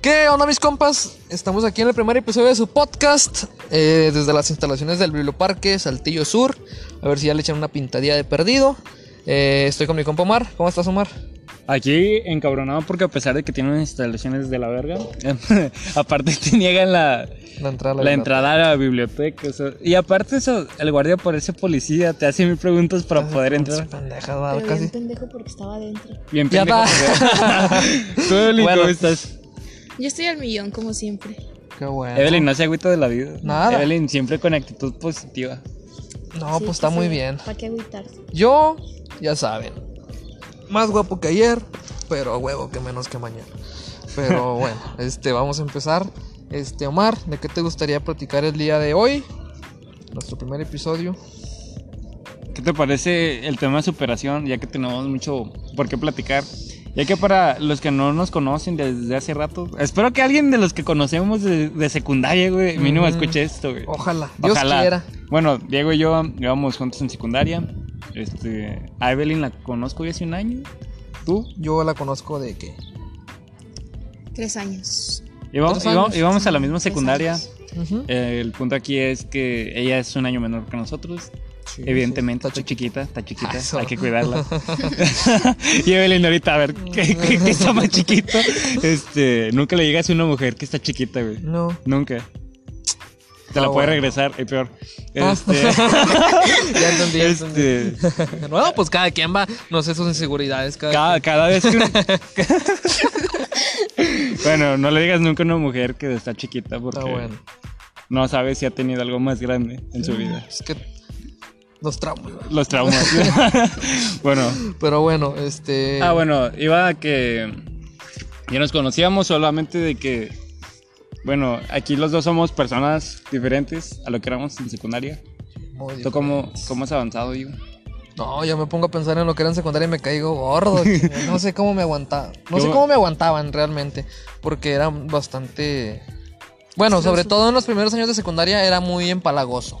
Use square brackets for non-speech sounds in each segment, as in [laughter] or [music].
¿Qué onda mis compas? Estamos aquí en el primer episodio de su podcast eh, desde las instalaciones del Biblioparque Saltillo Sur. A ver si ya le echan una pintadilla de perdido. Eh, estoy con mi compa Omar. ¿Cómo estás Omar? Aquí encabronado porque a pesar de que tiene unas instalaciones de la verga, [laughs] aparte te niegan la, La entrada a la la biblioteca. entrada a la biblioteca. o sea, y aparte eso, el guardia parece policía, te hace mil preguntas para Ah, poder pinche entrar. pendeja, va, Pero casi. bien pendejo porque estaba adentro. Bien Ya pendejo. va. [laughs] Tú, Evelyn, Bueno. ¿cómo estás? Yo estoy al millón, como siempre. Qué bueno. Evelyn, no se agüita de la vida. Ah. Nada. Evelyn, siempre con actitud positiva. No, pues está muy bien. ¿Para qué agüitarse? Yo, ya saben, más guapo que ayer, pero a huevo que menos que mañana. [laughs] Pero bueno, este, vamos a empezar. Este, Omar, ¿de qué te gustaría platicar el día de hoy? Nuestro primer episodio. ¿Qué te parece el tema de superación? Ya que tenemos mucho por qué platicar. Ya que para los que no nos conocen desde hace rato, espero que alguien de los que conocemos de, de secundaria, güey, mínimo Ujú. escuche esto, güey. Ojalá, Dios Ojalá. quiera. Bueno, Diego y yo íbamos juntos en secundaria. Este, a Evelyn la conozco ya hace un año. Tú. Yo la conozco de que. Tres años. Íbamos, Tres íbamos- años. íbamos a la misma Tres secundaria. años. Ujú. Eh, El punto aquí es que ella es un año menor que nosotros. Sí, Evidentemente, sí, está está chiquita, está chiquita, Ah, eso. hay [laughs] que cuidarla. y Evelyn ahorita, a ver, ¿qué, qué- [laughs] qué está más chiquito? Este, nunca le llegas a una mujer que está chiquita, güey. chiqui- No. Nunca. Te la Ah, puede bueno. regresar, y peor. Ah. [laughs] Este, Ya entendí, ya entendí. este, Bueno, pues cada quien va, no sé sus inseguridades. Cada, cada, cada vez que... [laughs] bueno, no le digas nunca a una mujer que está chiquita porque Está Ah, bueno. no sabes si ha tenido algo más grande en su vida. Es que nos traumas. [laughs] Los traumas. [laughs] bueno, Pero bueno, este. Ah, bueno, iba a que ya nos conocíamos solamente de que, bueno, aquí los dos somos personas diferentes a lo que éramos en secundaria. muy ¿Tú cómo, cómo has avanzado, yo? No, yo me pongo a pensar en lo que era en secundaria y me caigo gordo. chingada. No sé cómo me aguantaba. No sé cómo me aguantaban realmente. Porque eran bastante. Bueno, sobre todo en los primeros años de secundaria era muy empalagoso.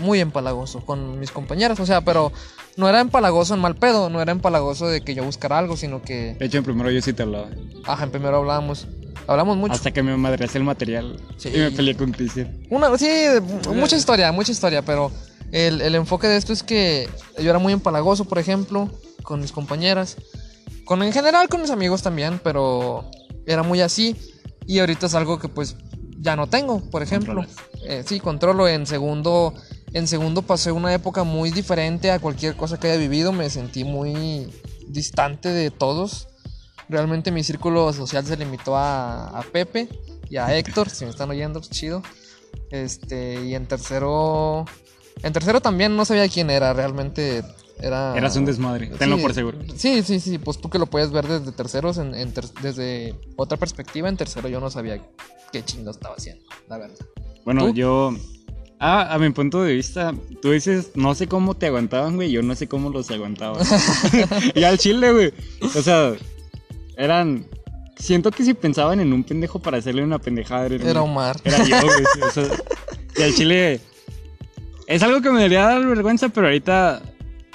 Muy empalagoso con mis compañeras. O sea, pero no era empalagoso en mal pedo. No era empalagoso de que yo buscara algo, sino que. De hecho, en primero yo sí te hablaba. Ajá, en primero hablábamos. Hablamos mucho. Hasta que me madreaste el material Sí. y me peleé con Cristian. Una, sí, de- mucha historia, mucha historia, pero el, el enfoque de esto es que yo era muy empalagoso, por ejemplo, con mis compañeras, con en general con mis amigos también, pero era muy así y ahorita es algo que pues ya no tengo, por ejemplo. Controlas. Eh, sí, controlo en segundo, en segundo pasé una época muy diferente a cualquier cosa que haya vivido, me sentí muy distante de todos. Realmente mi círculo social se limitó a, a Pepe y a Héctor, si me están oyendo, pues, chido. Este, y en tercero. En tercero también no sabía quién era, realmente era. Eras un desmadre, tenlo Ah. Sí, por seguro. Sí, sí, sí, pues tú que lo puedes ver desde terceros, en, en ter- desde otra perspectiva, en tercero yo no sabía qué chingo estaba haciendo, la verdad. Bueno, ¿Tú? yo... Ah, a mi punto de vista, tú dices, no sé cómo te aguantaban, güey, yo no sé cómo los aguantaba. [laughs] y al chile, güey. O sea, eran... Siento que si pensaban en un pendejo para hacerle una pendejada, era, Era Omar. era yo, güey. O sea, y al chile... Es algo que me debería dar vergüenza, pero ahorita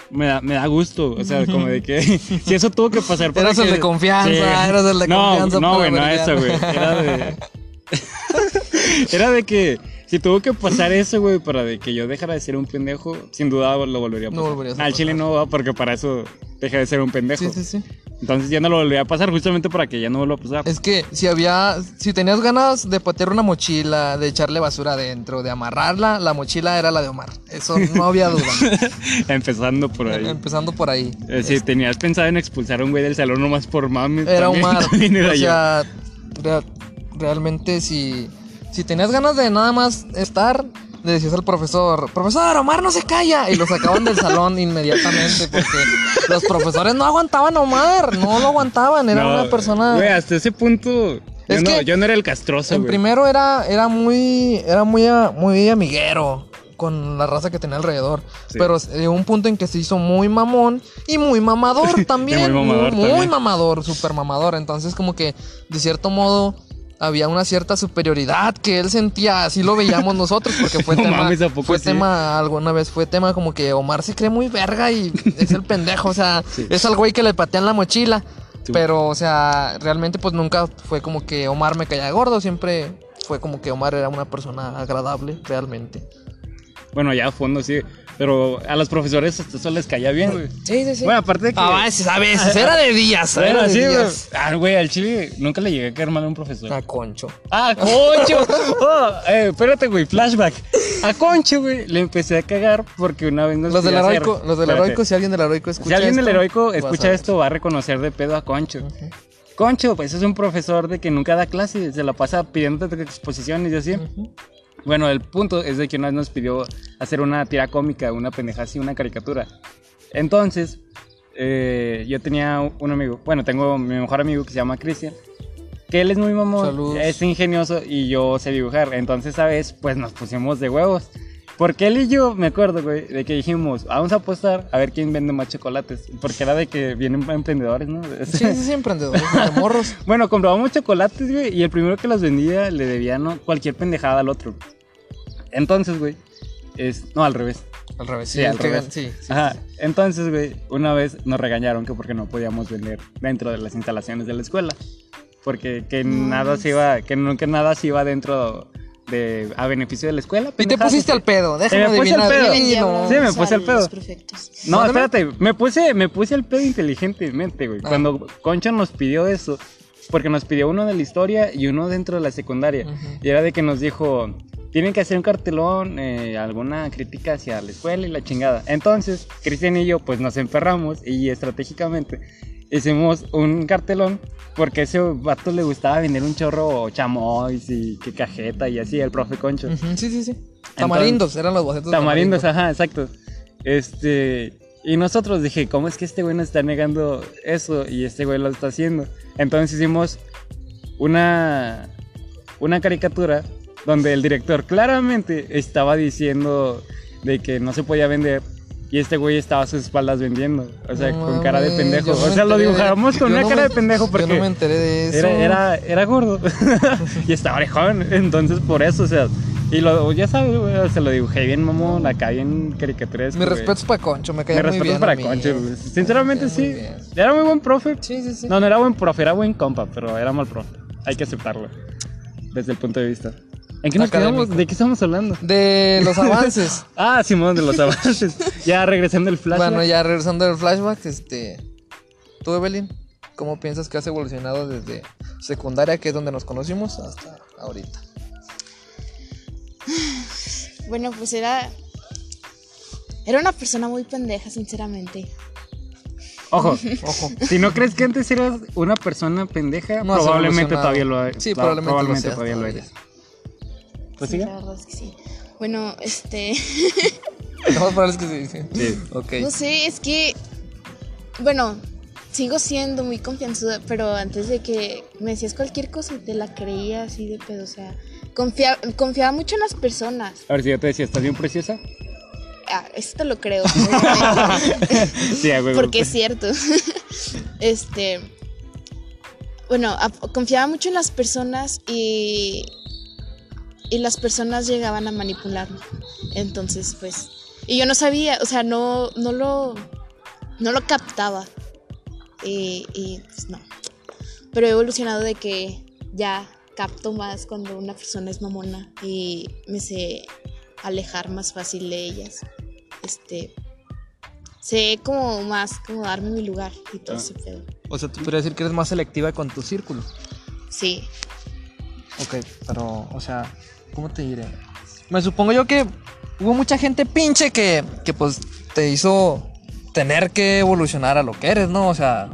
me da, me da gusto. O sea, como [laughs] de que... si eso tuvo que pasar para Eras el que- de confianza, Sí. eras el de no, confianza. para No, güey, no verguear. eso, güey. Era [laughs] de. Era de que si tuvo que pasar eso, güey, para de que yo dejara de ser un pendejo, sin duda lo volvería a No pasar. volverías a Al pasar. chile no va, porque para eso dejé de ser un pendejo. Sí, sí, sí. Entonces ya no lo volvería a pasar, justamente para que ya no vuelva a pasar. Es que si había, si tenías ganas de patear una mochila, de echarle basura adentro, de amarrarla, la mochila era la de Omar. Eso no había [laughs] duda. [laughs] Empezando por ahí. Empezando por ahí. Eh, si tenías pensado en expulsar a un güey del salón nomás por mames. Este. Era también- [laughs] Omar. también era o yo. sea, rea- realmente si, si tenías ganas de nada más estar, le decías al profesor, profesor, Omar no se calla. Y lo sacaban del salón inmediatamente porque los profesores no aguantaban a Omar, no lo aguantaban, era No, una persona... Güey, hasta ese punto. Es yo, no, que- yo no era el castroso, En güey. primero era, era muy. Era muy, a- muy amiguero con la raza que tenía alrededor. Sí. Pero llegó un punto en que se hizo muy mamón y muy [laughs] mamador también. muy mamador muy, también. mamador, súper mamador. Entonces, como que, de cierto modo. Había una cierta superioridad que él sentía, así lo veíamos nosotros, porque fue [laughs] No tema. mames, ¿a poco fue sí? tema alguna vez, fue tema [laughs] como que Omar se cree muy verga y es el pendejo, o sea, es al güey que le patean la mochila. Tú. Pero, o sea, realmente pues nunca fue como que Omar me caía gordo, siempre fue como que Omar era una persona agradable, realmente. Bueno, ya a fondo sí. Pero a los profesores hasta eso les caía bien, güey. Sí, sí, sí. Bueno, aparte de que. a veces, a veces, era de días, Bueno, era de Ah. sí, güey. días. Ah, güey, al chile nunca le llegué a caer mal a un profesor. A concho. ¡A Concho! Oh, eh, espérate, güey, flashback. A Concho, güey, le empecé a cagar porque una vez nos Los del pidió hacer- heroico, los del Espérate. heroico, si alguien del heroico escucha Si alguien del esto, heroico vas a escucha ver. esto, va a reconocer de pedo a Concho. Concho, pues es un profesor de que nunca da clases, se la pasa pidiendo exposiciones y así. Ujú. Bueno, el punto es de que una vez nos pidió hacer una tira cómica, una pendeja así, una caricatura. Entonces, eh, yo tenía un amigo, bueno, tengo mi mejor amigo que se llama Cristian, que él es muy mamón, Saludos. es ingenioso y yo sé dibujar. Entonces, ¿sabes? Pues nos pusimos de huevos. Porque él y yo, me acuerdo, güey, de que dijimos, vamos a apostar a ver quién vende más chocolates. Porque era de que vienen emprendedores, ¿no? Sí, sí, sí, [laughs] emprendedores, de morros. Bueno, comprábamos chocolates, güey, y el primero que los vendía le debía ¿no? cualquier pendejada al otro. Entonces, güey, es... No, al revés. Al revés, sí, Sí, al el que revés. gan- sí, sí, Ajá. sí, Entonces, güey, una vez nos regañaron que porque no podíamos vender dentro de las instalaciones de la escuela. Porque que No, nada es- se iba... Que nunca nada se iba dentro de... A beneficio de la escuela. sí. Y te pendejadas, pusiste o al pedo, déjame me este puse al adivinar. pedo. Sí, no. Sí, me puse el pedo. Los prefectos. No, Mándame. espérate, me puse, me puse el pedo inteligentemente, güey. Ah. Cuando Concha nos pidió eso, porque nos pidió uno de la historia y uno dentro de la secundaria. Ujú. Y era de que nos dijo, tienen que hacer un cartelón, eh, alguna crítica hacia la escuela y la chingada. Entonces, Cristian y yo, pues nos emperramos y estratégicamente hicimos un cartelón. Porque a ese vato le gustaba vender un chorro chamois y que cajeta y así, el profe Concho. Ujú, Sí, sí, sí. Tamarindos, eran los bocetos. de Tamarindos, ajá, exacto. Este. Y nosotros dije, ¿cómo es que este güey nos está negando eso? Y este güey lo está haciendo. Entonces hicimos una. Una caricatura donde el director claramente estaba diciendo de que no se podía vender. Y este güey estaba a sus espaldas vendiendo. O sea, No con cara de mames, pendejo. yo no o me sea, lo enteré de- dibujamos con yo una no cara me- de pendejo porque. Yo no me enteré de eso. Era, era, era gordo. [laughs] y estaba orejón. Entonces, por eso, o sea. Y lo, ya sabes, güey, se lo dibujé bien, mamón. Acá bien caricaturesco. Mi güey. respeto es para Concho, me Mi caía muy respeto bien. es para a mí. Concho. güey. Sinceramente, Me caía sí. muy bien. Era muy buen profe. Sí, sí, sí. No, no era buen profe, era buen compa, pero era mal profe. Hay que aceptarlo. Desde el punto de vista. ¿En qué nos Académico. quedamos? ¿De qué estamos hablando? De [laughs] los avances. Ah, [laughs] Simón, de los avances. ya regresando el flash. bueno, ya regresando al flashback, este. Tú, Evelyn, ¿cómo piensas que has evolucionado desde secundaria, que es donde nos conocimos, hasta ahorita? Bueno, pues era. Era una persona muy pendeja, sinceramente. [laughs] Ojo, Ojo. Si no crees que antes eras una persona pendeja, No has probablemente evolucionado. todavía lo eres. Sí, probablemente lo seas todavía lo todavía. eres. Pues Sí, sigue. la verdad es que sí. Bueno, este. No, parece que sí. Sí. Ok. [laughs] No sé, es que. Bueno, sigo siendo muy confianzuda, pero antes de que me decías cualquier cosa, te la creía así de pedo. O sea, confia- confiaba mucho en las personas. A ver si yo te decía, ¿estás bien preciosa? Ah, eso te lo creo. Sí, a huevo. porque es cierto. [laughs] este. Bueno, ap- confiaba mucho en las personas y. Y las personas llegaban a manipularme. Entonces, pues. Y yo no sabía, o sea, no, no lo. No lo captaba. Y, y pues no. Pero he evolucionado de que ya capto más cuando una persona es mamona y me sé alejar más fácil de ellas. Este, sé como más como darme mi lugar y todo Ah. ese pedo. O sea, tú podrías decir que eres más selectiva con tu círculo. Sí. Ok, pero, o sea, ¿cómo te diré? Me supongo yo que hubo mucha gente pinche que, que pues te hizo tener que evolucionar a lo que eres, ¿no? O sea,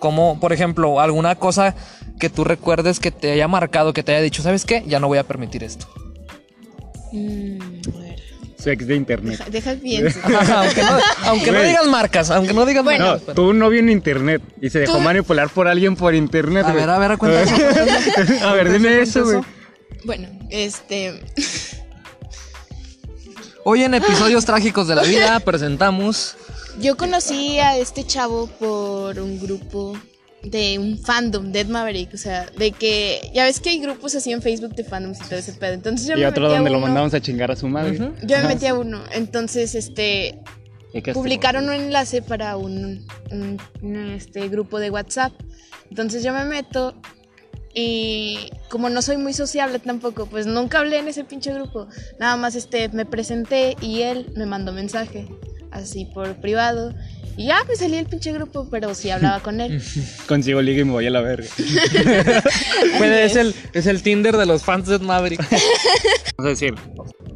como, por ejemplo, alguna cosa que tú recuerdes que te haya marcado, que te haya dicho, ¿sabes qué? Ya no voy a permitir esto. [laughs] Mm, a ver, Su ex de internet. [laughs] deja, [laughs] deja pienso. Ajá, aunque no, aunque no Güey. digas marcas, aunque no digas Bueno. No, marcas. pero- tuvo un novio en internet y se dejó Tuve- manipular por alguien por internet. A güey. ver, a ver, [laughs] cuenta eso, a ver, dime cuenta eso, güey. eso. Bueno, este, Hoy en episodios trágicos de la vida presentamos... yo conocí a este chavo por un grupo de un fandom, Dead Maverick, o sea, de que ya ves que hay grupos así en Facebook de fandoms y todo ese pedo. Entonces yo Y me otro metí a donde lo Ah, uno. mandamos a chingar a su madre. Ujú. Yo me Ajá. metí a uno, entonces este ¿Y qué estuvo? publicaron un enlace para un, un- un, este, grupo de WhatsApp. Entonces yo me meto y como no soy muy sociable tampoco, pues nunca hablé en ese pinche grupo. Nada más este, me presenté y él me mandó mensaje, así por privado. Y ya me salí del pinche grupo, pero sí hablaba con él. Consigo liga y me voy a la verga. Puede, es, el, es el Tinder de los fans de Maverick. Vamos a decir,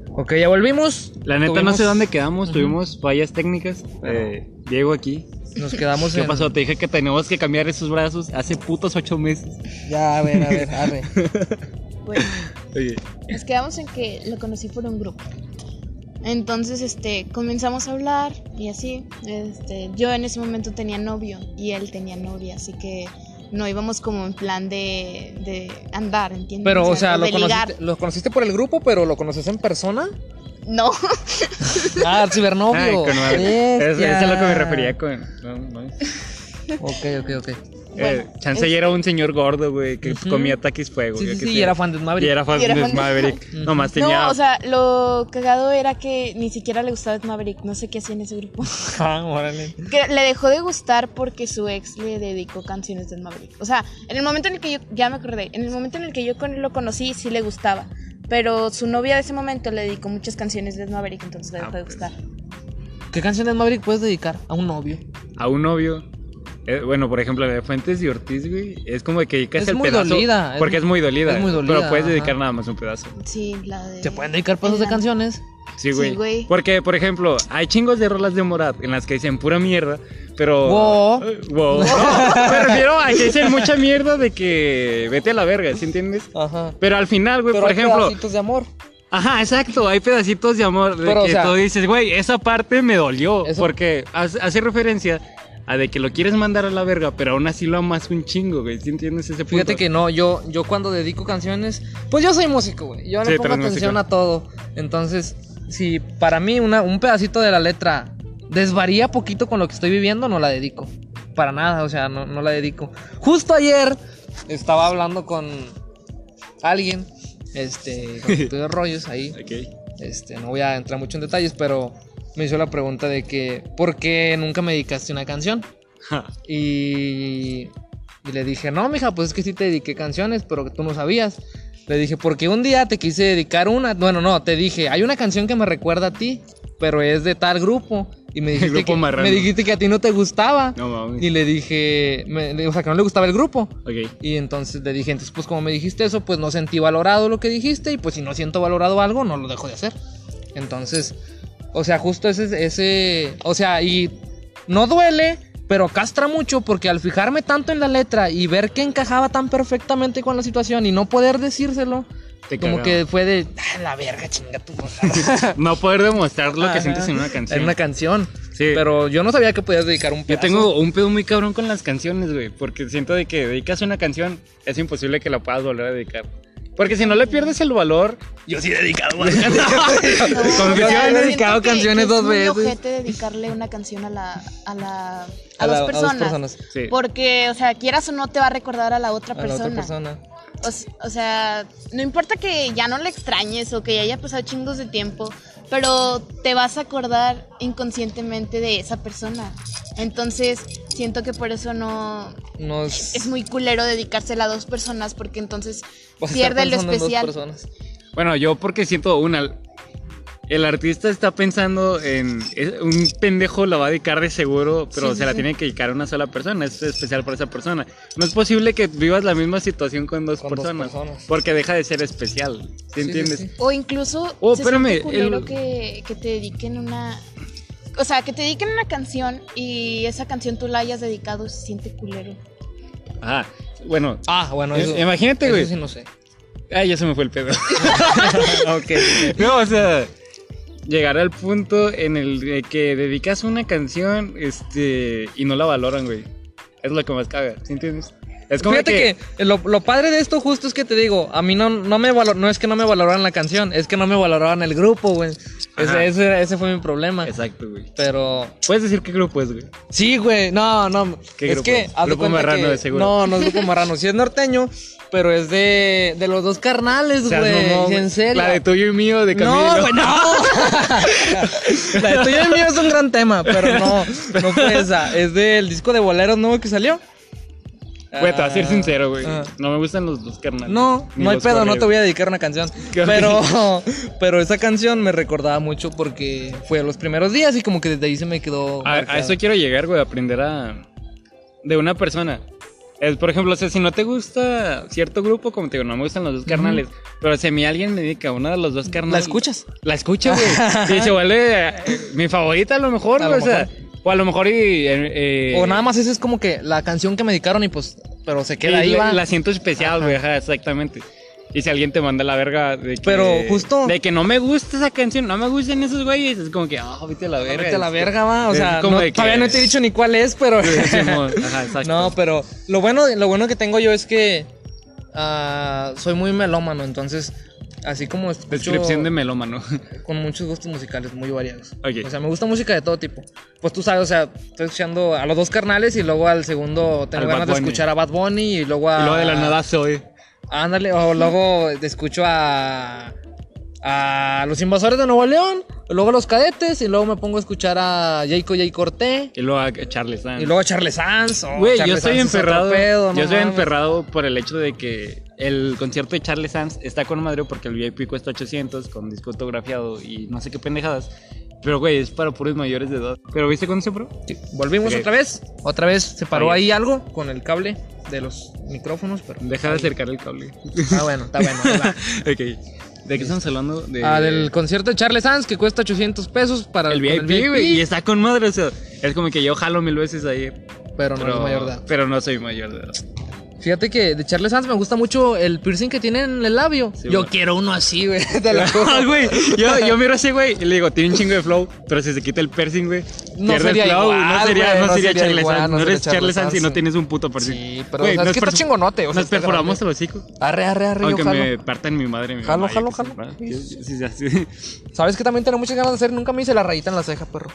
ok, ya volvimos. la neta no Tuvimos- sé dónde quedamos, Ujú. tuvimos fallas técnicas. Eh, Diego aquí. Nos quedamos ¿Qué en. pasó? Te dije que tenemos que cambiar esos brazos hace putos ocho meses. Ya, a ver, a ver, arre. Bueno. Oye, Nos quedamos en que lo conocí por un grupo. Entonces, este, comenzamos a hablar y así. Este, yo en ese momento tenía novio y él tenía novia, así que no íbamos como en plan de, de andar, [laughs] ¿entiendes? Pero, o sea, de lo ligar. conociste, lo conociste por el grupo, pero lo conoces en persona. No, [laughs] Ah, el ay, cibernovio. con madre. es, Bestia. es a lo que me refería con. No, no es- Ok, ok, ok. Eh, Bueno, chance ya era un señor gordo, güey, que Ujú. comía taquis fuego. Sí, yo sí, qué sí, sé. y era fan de Maverick. Y era fan Y era de fan [laughs] de- Maverick. Ujú. Nomás tenía. no, o sea, lo cagado era que ni siquiera le gustaba Ed Maverick, no sé qué hacía en ese grupo. Ah, órale. Que le dejó de gustar porque su ex le dedicó canciones de Maverick. O sea, en el momento en el que yo, ya me acordé, en el momento en el que yo con- lo conocí sí le gustaba. Pero su novia de ese momento le dedicó muchas canciones de Maverick, entonces le Ah, dejó de pues. gustar. ¿Qué canción de Maverick puedes dedicar a un novio? a un novio. eh, bueno, por ejemplo, la de Fuentes y Ortiz, güey, es como que dedicas Es el muy pedazo. dolida, es porque es muy dolida. es muy Pero dolida, puedes dedicar ajá. nada más un pedazo. Sí, la de... Se pueden dedicar pasos de Ajá. canciones. Sí, Sí, güey. güey. Porque, por ejemplo, hay chingos de rolas de Morat en las que dicen pura mierda, pero. Wow. Eh, wow. No, me refiero a que dicen mucha mierda de que vete a la verga, ¿sí entiendes? Ajá. Pero al final, güey, Pero por hay ejemplo. pedacitos de amor. Ajá, exacto, hay pedacitos de amor de Pero, o que sea- tú dices, güey, esa parte me dolió, Eso- porque hace, hace referencia a de que lo quieres mandar a la verga, pero aún así lo amas un chingo, güey, ¿sí entiendes ese punto? Fíjate que no, yo, yo cuando dedico canciones, pues yo soy músico, güey. Yo Sí, le tú pongo eres músico. atención a todo. Entonces, si para mí una, un pedacito de la letra desvaría poquito con lo que estoy viviendo, no la dedico. Para nada, o sea, no, no la dedico. Justo ayer estaba hablando con alguien, este, [laughs] con estudios rollos ahí. Ok. [laughs] Este, no voy a entrar mucho en detalles, pero me hizo la pregunta de que, ¿por qué nunca me dedicaste una canción? Ja. Y, y le dije, no, mija, pues es que sí te dediqué canciones, pero que tú no sabías. Le dije, porque un día te quise dedicar una. Bueno, no, te dije, hay una canción que me recuerda a ti, pero es de tal grupo. Y [laughs] me dijiste, grupo que, marrano. me dijiste que a ti no te gustaba. No mames. Y le dije, me- le- o sea, que no le gustaba el grupo. Ok. Y entonces le dije, entonces pues como me dijiste eso, pues no sentí valorado lo que dijiste y pues si no siento valorado algo, no lo dejo de hacer. Entonces, o sea, justo ese, ese, o sea, y no duele, pero castra mucho porque al fijarme tanto en la letra y ver que encajaba tan perfectamente con la situación y no poder decírselo, Te como cagaba. que fue de, "Ah, la verga, chinga tu [laughs] madre". No poder demostrar lo que Ajá. sientes en una canción. En una canción. Sí. Pero yo no sabía que podías dedicar un Yo pedazo. tengo un pedo muy cabrón con las canciones, güey, porque siento de que dedicas una canción, es imposible que la puedas volver a dedicar. Porque si no le pierdes el valor, yo sí he dedicado una canción. No, Confesiones. o sea, le he siento dedicado que- canciones que es dos muy veces. ojete dedicarle una canción a la... A, la, a, A la- a dos, dos personas, personas. Sí. Porque, o sea, quieras o no te va a recordar a la otra a la otra persona. O, s- o sea, no importa que ya no le extrañes o que ya haya pasado chingos de tiempo, pero te vas a acordar inconscientemente de esa persona. Entonces, siento que por eso no No es muy culero dedicársela a dos personas porque entonces vas a estar pierde lo pensando en dos especial. personas. Bueno, yo porque siento una. El artista está pensando en. es- Un pendejo la va a dedicar de seguro, pero Sí, sí, se la sí. tiene que dedicar a una sola persona. Es especial para esa persona. No es posible que vivas la misma situación con dos, Con dos personas, personas. Porque deja de ser especial. ¿Sí, Sí, sí, entiendes? sí. O incluso Oh, se espérame, siente culero el- que, que te dediquen una... O sea, que te dediquen una canción y esa canción tú la hayas dedicado, se siente culero. Ajá. Bueno. Ah, bueno, eh, eso. imagínate, eso güey. sí no sé. Ay, ya se me fue el pedo. [laughs] ok. no, o sea. Llegar al punto en el de que dedicas una canción este, y no la valoran, güey. Es lo que más caga, ¿sí entiendes? Es como Fíjate que, que, lo, lo padre de esto justo es que te digo, a mí no, no me valo- no es que no me valoraran la canción, es que no me valoraban el grupo, güey. Ajá. Ese, ese, ese fue mi problema. Exacto, güey. Pero Puedes decir qué grupo es, güey. sí, güey, no, no. ¿Qué es grupo que es? haz de Grupo cuenta Marrano, que- de seguro. No, no es grupo marrano, sí es norteño, pero es de, de los dos carnales, Seas güey. mamón, güey. en serio. La de tuyo y mío de Camilo. No, güey, no. [laughs] La de tuyo y mío es un gran tema, pero no, no fue esa. Es del disco de boleros nuevo que salió. Güey, te voy a ser Ah, sincero, güey. ah. No me gustan los dos carnales. No, Ni no hay los pedo, no correos. te voy a dedicar una [laughs] canción. Qué Pero, pero esa canción me recordaba mucho porque fue a los primeros días y como que desde ahí se me quedó. A, a marcada. eso quiero llegar, güey, aprender a... De una persona. Es, por ejemplo, o sea, si no te gusta cierto grupo, como te digo, no me gustan los dos carnales. Pero si a mí alguien me dedica una de los dos ¿La carnales... escuchas? La escucho, güey. Y se vuelve eh, mi favorita a lo mejor, A güey, lo o sea... O a lo mejor y... eh, [laughs] eh, o nada más esa es como que la canción que me dedicaron y pues, pero se queda y ahí. la, va. la siento especial, güey, ajá, exactamente. Y si alguien te manda la verga de que... Pero justo- De que no me gusta esa canción, no me gustan esos güeyes. Es como que, ah, vete a la verga. Vete a la este. verga, va. O Es sea, como no- de que- todavía no te he dicho ni cuál es, pero. [laughs] Sí, Simón, [laughs] ajá, exacto. No, pero lo bueno, lo bueno que tengo yo es que ah, soy muy melómano, entonces así como escucho Descripción de melómano. con muchos gustos musicales muy variados. Ok. O sea, me gusta música de todo tipo. Pues tú sabes, o sea, estoy escuchando a los dos carnales y luego al segundo tengo Al Bad ganas de Bunny. escuchar a Bad Bunny y luego a Y luego de la nada soy. Ándale, o luego te escucho a a los invasores de Nuevo León, luego a los cadetes y luego me pongo a escuchar a Jayco Jay Corté. Y luego a Charles Dance. Y luego a Charles Sanz. oh, Güey, yo Charles estoy Sanz es otro emperrado. pedo, no yo estoy mames. emperrado por el hecho de que el concierto de Charles Sanz está con madre porque el VIP cuesta 800 con disco autografiado y no sé qué pendejadas. Pero, güey, es para puros mayores de edad. ¿Pero viste cuándo se pro? Sí, Volvimos Ok. otra vez. Otra vez se paró Ahí. ahí algo con el cable de los micrófonos, [laughs] pero. Deja de acercar el cable. Ah, bueno, está bueno. ahí va. ok. ¿De qué estamos hablando? De... Ah, del concierto de Charles Sanz que cuesta 800 pesos para el con VIP, güey. Y está con madre. O sea, es como que yo jalo mil veces ahí. Pero no Pero, es mayor de edad. pero no soy mayor de edad. Fíjate que de Charles Sanz me gusta mucho el piercing que tiene en el labio. Sí, Yo bueno. quiero uno así, güey. [laughs] Te lo juro. [laughs] Ah, güey, yo, yo miro a ese güey y le digo, tiene un chingo de flow, pero si se quita el piercing, güey, No pierde sería el flow, igual, no sería, güey, no no sería sería Charles igual, Sanz, no no sería eres Charles Charles Sanz si Sanz, no sí. tienes un puto piercing. Sí, pero, Güey, o sea, es nos que está perfor- chingonote, o sea, Nos está perforamos grande. el hocico. Arre, arre, arre, yo Aunque jalo. me partan mi madre, mi Jalo, mamá, jalo, yo qué sé, jalo. ¿verdad? Yo- Sí, sí, así. ¿Sabes que también tenía muchas ganas de hacer? Nunca me hice la rayita en la ceja, perro.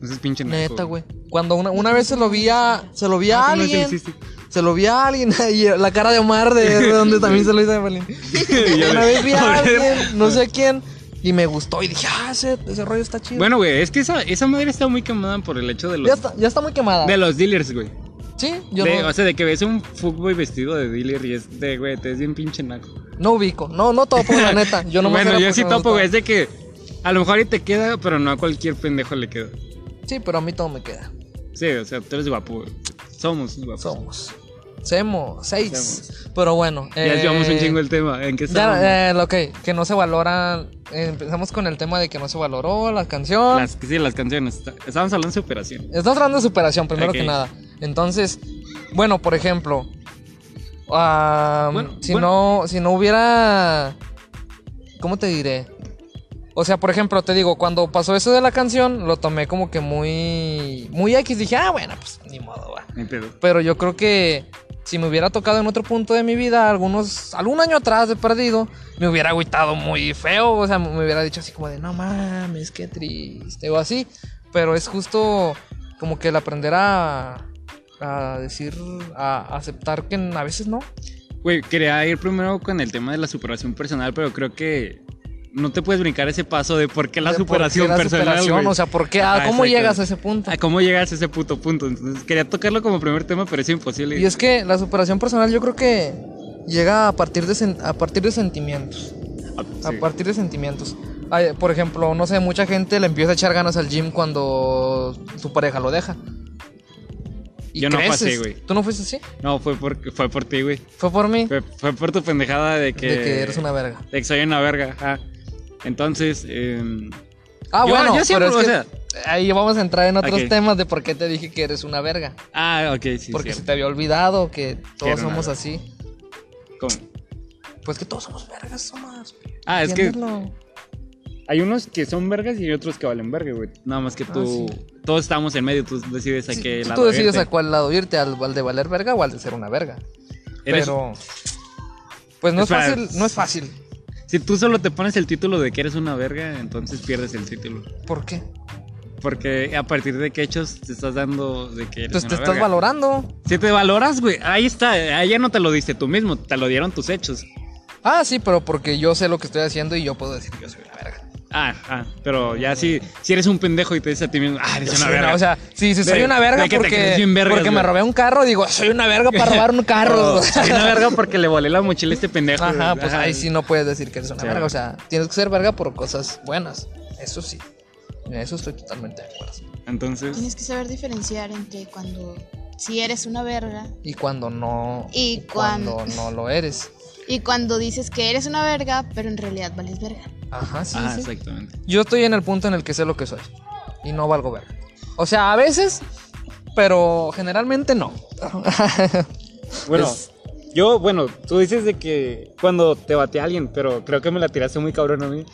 Eso es pinche naco, Neta, güey. Cuando una, una vez se lo vi a. Se lo vi a Ah, tú no se lo alguien. [laughs] hiciste. Se lo vi a alguien [laughs] y la cara de Omar de, de donde también se lo hizo a Evelyn. Yo- pues, Una vez [laughs] vi a Pobre- alguien, no sé quién, y me gustó y dije, ah, ese, ese rollo está chido. Bueno, güey, es que esa, esa madre está muy quemada por el hecho de ya los, está, ya está muy quemada. de los dealers, güey. Sí, yo De- no, O sea, de que ves un fuckboy vestido de dealer y es de, güey, te ves bien pinche naco. no ubico. No, no topo, la neta. Yo no me bueno, acuerdo yo porque sí me topo, gustaba. güey. Es de que a lo mejor y te queda, pero no a cualquier pendejo le queda. Sí, pero a mí todo me queda. Sí, o sea, tú eres guapo, güey. Somos guapos. Somos. Semo, seis. Semos. Pero bueno. Ya llevamos un chingo el el tema. ¿En qué estamos? Eh, ya, eh, ok, que no se valoran. eh, empezamos con el tema de que no se valoró la canción. Las, sí, las canciones. Está- Estábamos hablando de superación. Estamos hablando de superación, primero Ok. que nada. Entonces, bueno, por ejemplo, am, Bueno, si, No, si no hubiera. ¿Cómo te diré? O sea, por ejemplo, te digo, cuando pasó eso de la canción, lo tomé como que muy. Muy X. Dije, ah, bueno, pues ni modo, va. Ni pedo. Pero yo creo que si me hubiera tocado en otro punto de mi vida, algunos, algún año atrás de perdido, me hubiera agüitado muy feo. O sea, me hubiera dicho así como de, no mames, qué triste, o así. Pero es justo como que el aprender a, a decir, a aceptar que a veces no. Güey, quería ir primero con el tema de la superación personal, pero creo que no te puedes brincar ese paso de por qué la De por qué superación la personal. superación, güey. o sea, ¿por qué? Ah, Ajá, ¿Cómo exacto. llegas a ese punto? ¿A cómo llegas a ese puto punto? Entonces quería tocarlo como primer tema, pero es imposible. Y es que la superación personal yo creo que llega a partir de, sen- a partir de sentimientos. Ah, A sí. partir de sentimientos. Ay, por ejemplo, no sé, mucha gente le empieza a echar ganas al gym cuando su pareja lo deja. Yo no pasé, güey. ¿Tú no fuiste así? No, fue por, fue por ti, güey. Fue por mí. Fue, fue por tu pendejada de que. De que eres una verga. De que soy una verga, ajá. Entonces, em, Ah, Yo- bueno, yo siempre, pero es o que ahí vamos a entrar en otros Ok. temas de por qué te dije que eres una verga. ah, ok, sí, Porque se cierto. te había olvidado que todos era una somos verga. así. ¿Cómo? Pues que todos somos vergas, somos. Ah, es que- Entiéndelo. Hay unos que son vergas y otros que valen verga, güey. Nada más que Ah, tú, todos estamos en medio, tú decides a Sí, qué tú lado decides irte. a cuál lado irte, al, al de valer verga o al de ser una verga. Eres- Pero. Pues no es Espera. fácil, no es fácil. Si tú solo te pones el título de que eres una verga, entonces pierdes el título. ¿Por qué? Porque a partir de qué hechos te estás dando de que eres Pues una te estás verga. valorando. Si te valoras, güey, ahí está. Ayer no te lo diste tú mismo, te lo dieron tus hechos. Ah, sí, pero porque yo sé lo que estoy haciendo y yo puedo decir que yo soy una verga. Ah, ah, pero ya si, si eres un pendejo y te dices a ti mismo, ah, eres Yo una soy verga. una- o sea, sí, sí, soy De- una verga de que te porque, crees bien vergas, porque me güey. robé un carro, digo, soy una verga para robar un [laughs] [laughs] carro. Oh, soy una verga porque le volé la mochila a este pendejo. Ajá, güey. pues Ajá. ahí sí no puedes decir que eres una Sí. verga. O sea, tienes que ser verga por cosas buenas. Eso sí. En eso estoy totalmente de acuerdo. Entonces, Tienes que saber diferenciar entre cuando si eres una verga Y cuando no. Y cuando cuando- no lo eres. y cuando dices que eres una verga, pero en realidad vales verga. Ajá, sí, ah, sí. exactamente. Yo estoy en el punto en el que sé lo que soy. Y no valgo verga. O sea, a veces, pero generalmente no. Bueno, Es- yo, bueno, tú dices de que cuando te bate a alguien, pero creo que me la tiraste muy cabrón a mí.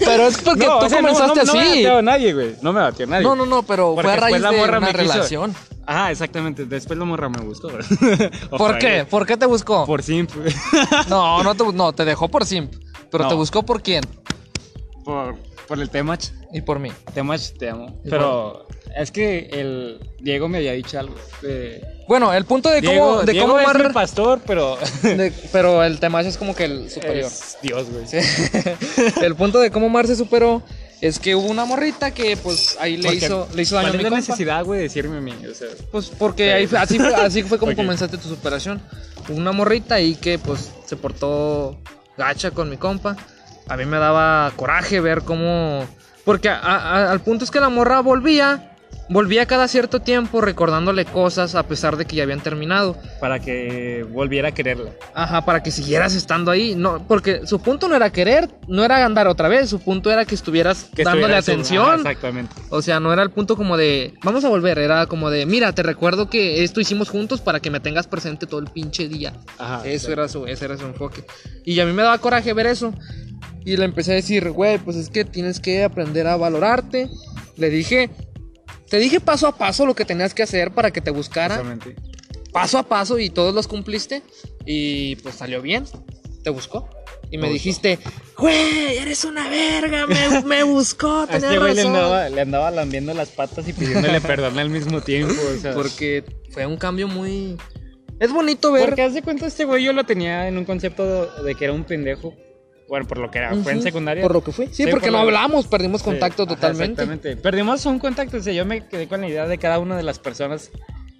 Pero es [laughs] porque No, tú o sea, no, comenzaste no, no me así. bateó a nadie, güey. No me batió a nadie. No, no, no, pero Porque fue a raíz después la de morra una me quiso. relación. Ajá, exactamente. Después la morra me [laughs] buscó. ¿Por qué? ¿Por qué te buscó? Por simp. [laughs] [laughs] No, no te, bu- no, te dejó por simp. Pero No. te buscó por quién por, por el tema. y por mí. Temach, te amo. Y Pero es que el Diego me había dicho algo. de- Bueno, el punto de Diego, cómo, de Diego cómo es Mar- mi pastor, [laughs] pero de- pero el tema es como que el superior. es Dios, güey. [laughs] el punto de cómo Mar se superó es que hubo una morrita que pues ahí le Porque, hizo le hizo daño ¿Cuál a mi es la compa. necesidad, güey, de decirme a mí? O sea, Pues porque ahí fue- así fue, así fue como Ok. comenzaste tu superación. Hubo Una morrita ahí que pues se portó gacha con mi compa. A mí me daba coraje ver cómo porque a- a- al punto es que la morra volvía Volvía cada cierto tiempo recordándole cosas a pesar de que ya habían terminado. para que volviera a quererla. Ajá, para que siguieras estando ahí. No, porque su punto no era querer, no era andar otra vez. Su punto era que estuvieras Que dándole estuviera en su- atención. Ajá, exactamente. o sea, no era el punto como de, vamos a volver. Era como de, mira, te recuerdo que esto hicimos juntos para que me tengas presente todo el pinche día. Ajá, eso sí. era su, ese era su enfoque. Y a mí me daba coraje ver eso. Y le empecé a decir, güey, pues es que tienes que aprender a valorarte. Le dije, te dije paso a paso lo que tenías que hacer para que te buscara Exactamente. paso a paso y todos los cumpliste y pues salió bien, te buscó. Y me Me buscó. dijiste, güey, eres una verga, me, me buscó, [laughs] A tenías este güey le razón". andaba, le andaba lambiendo las patas y [laughs] pidiéndole perdón al mismo tiempo. O sea, Porque fue un cambio muy... Es bonito ver... Porque haz de cuenta, este güey yo lo tenía en un concepto de que era un pendejo. Bueno, por lo que era, fue en Ujú, secundaria. Por lo que fue. Sí, Sí, porque por no lo- hablamos, perdimos Sí, contacto ajá, totalmente. exactamente. Perdimos un contacto. O sea, yo me quedé con la idea de cada una de las personas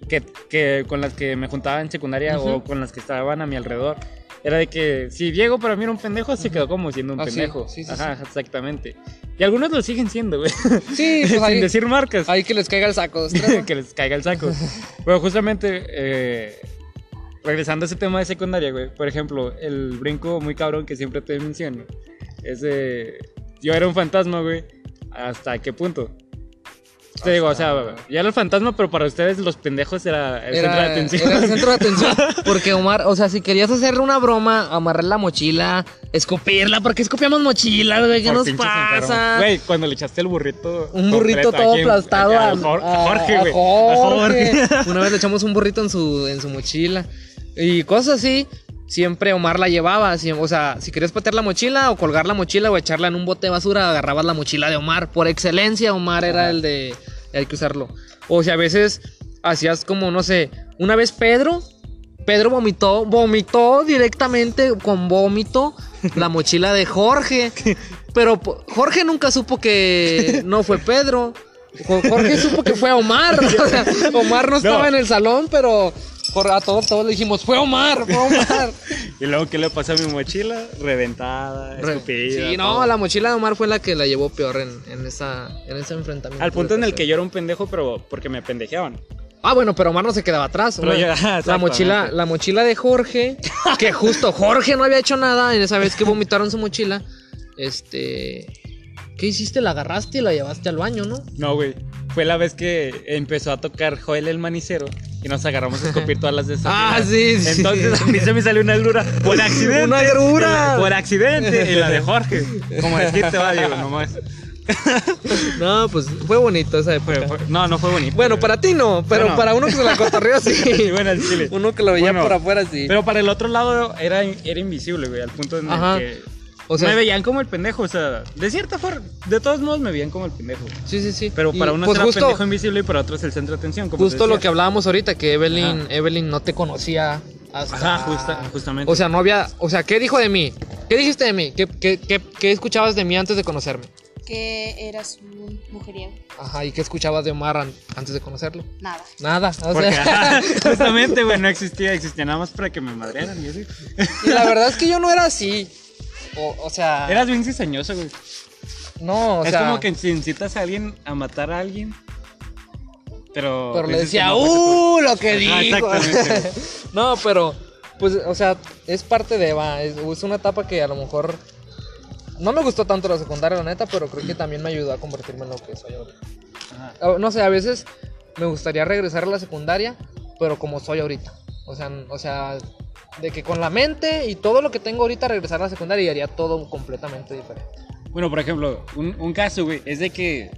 que, que- con las que me juntaba en secundaria o Ujú. con las que estaban a mi alrededor. Era de que si Diego para mí era un pendejo, se quedó como siendo un Ah, sí, pendejo. sí, sí, Ajá, exactamente. Y algunos lo siguen siendo, [laughs] güey. [laughs] Sí, pues Sin ahí, decir marcas. ahí que les caiga el [laughs] saco. Estrella. que les caiga el saco. Pero justamente, eh, regresando a ese tema de secundaria, güey. Por ejemplo, el brinco muy cabrón que siempre te menciono. Es de. Yo era un fantasma, güey. ¿Hasta qué punto? Te digo, o sea, ya era el fantasma, pero para ustedes los pendejos era el centro de atención. era el centro de [laughs] atención. Porque Omar, o sea, si querías hacerle una broma, amarrar la mochila, escupirla, porque escupíamos mochilas, güey, ¿qué Por nos pinches pasa? enfermos. Güey, cuando le echaste el burrito. Un burrito completo todo aquí en- aplastado a, a, Jor- a- Jorge, a güey. Jorge. Una vez le echamos un burrito en su, en su mochila. Y cosas así, siempre Omar la llevaba. si- o sea, si querías patear la mochila o colgar la mochila o echarla en un bote de basura, agarrabas la mochila de Omar. Por excelencia, Omar era Ajá. el de hay que usarlo. O sea, a veces hacías como, no sé, una vez Pedro. Pedro vomitó, vomitó directamente con vómito [laughs] la mochila de Jorge. Pero po- Jorge nunca supo que no fue Pedro. Jo- Jorge supo que fue Omar. [laughs] O sea, Omar no estaba No. en el salón, pero por- a todos, todos le dijimos, fue Omar, fue [laughs] Omar. [laughs] Y luego, ¿qué le pasó a mi mochila? Reventada, escupida. sí, no, todo. la mochila de Omar fue la que la llevó peor en, en, esa, en ese enfrentamiento. Al punto en el que yo era un pendejo, pero porque me pendejeaban. Ah, bueno, pero Omar no se quedaba atrás. Pero [laughs] Omar. yo- ajá, la, mochila, exactamente. la mochila de Jorge, que justo Jorge no había hecho nada en esa vez que vomitaron su mochila. Este. ¿Qué hiciste? La agarraste y la llevaste al baño, ¿no? No, güey. Fue la vez que empezó a tocar Joel el manicero y nos agarramos a escupir todas las de esas. [laughs] Ah, sí, sí. Entonces a mí se me salió una grura [laughs] por accidente. Una grura. Por accidente. Y la de Jorge. Como decirte va, Diego, nomás. No, pues fue bonito esa época. Fue- fue- no, no fue bonito. Bueno, [laughs] para ti no, pero Bueno. para uno que se la cotorreó sí. Bueno, al chile. [laughs] Uno que lo veía Bueno, por afuera sí. Pero para el otro lado era, era invisible, güey, al punto en Ajá. el que O sea, me veían como el pendejo, o sea, de cierta forma, de todos modos me veían como el pendejo. sí, sí, sí. Pero Y, para unos pues, era justo, pendejo invisible y para otros el centro de atención. Como justo te lo que decía. hablábamos ahorita, que Evelyn, Ajá. Evelyn no te conocía hasta... Ajá, justa- justamente. O sea, no había... O sea, ¿qué dijo de mí? ¿Qué dijiste de mí? ¿Qué, qué, qué, qué escuchabas de mí antes de conocerme? Que eras un mujeriego. Ajá, ¿y qué escuchabas de Omar an- antes de conocerlo? Nada. Nada. o Porque, sea, ajá, justamente, güey, no existía, existía nada más para que me madrearan. y así. [laughs] y la verdad es que yo no era así. O, o sea... Eras bien cizañoso, güey. No, o es sea... como que si incitas a alguien a matar a alguien, pero... Pero le dices que decía, no fue tu ¡uh! Lo [laughs] que Ajá, dijo. exactamente. [laughs] no, pero, pues, o sea, es parte de Eva. Es, es una etapa que a lo mejor. No me gustó tanto la secundaria, la neta, pero creo que también me ayudó a convertirme en lo que soy ahorita. Ajá. O- No sé, a veces me gustaría regresar a la secundaria, pero como soy ahorita. O sea, n- o sea de que con la mente y todo lo que tengo ahorita regresar a la secundaria y haría todo completamente diferente. Bueno, por ejemplo, un, un caso, güey, es de que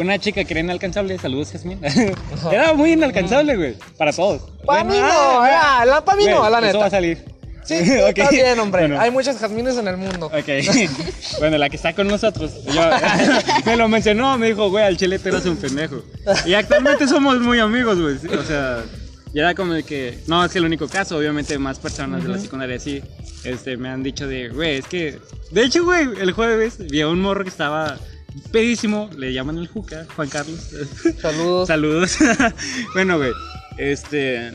una chica que era inalcanzable, saludos, Jasmine. [laughs] [laughs] era muy inalcanzable, güey, para todos. Para mí Bueno, ah, no, ah, la- pa' mí no, güey, la Eso va a neta. salir. Sí, [laughs] está Ok. bien, hombre. Bueno. Hay muchas jazmines en el mundo. Ok. [laughs] bueno, la que está con nosotros. Yo, [laughs] me lo mencionó, me dijo, güey, al chile te eres un pendejo. Y actualmente somos muy amigos, güey. sí, O sea, ya era como de que. No, es que el único caso, obviamente, más personas de la secundaria sí este, me han dicho de, güey, es que. De hecho, güey, el jueves vi a un morro que estaba pedísimo, le llaman el Juca, Juan Carlos. Saludos. Saludos. [laughs] bueno, güey. Este.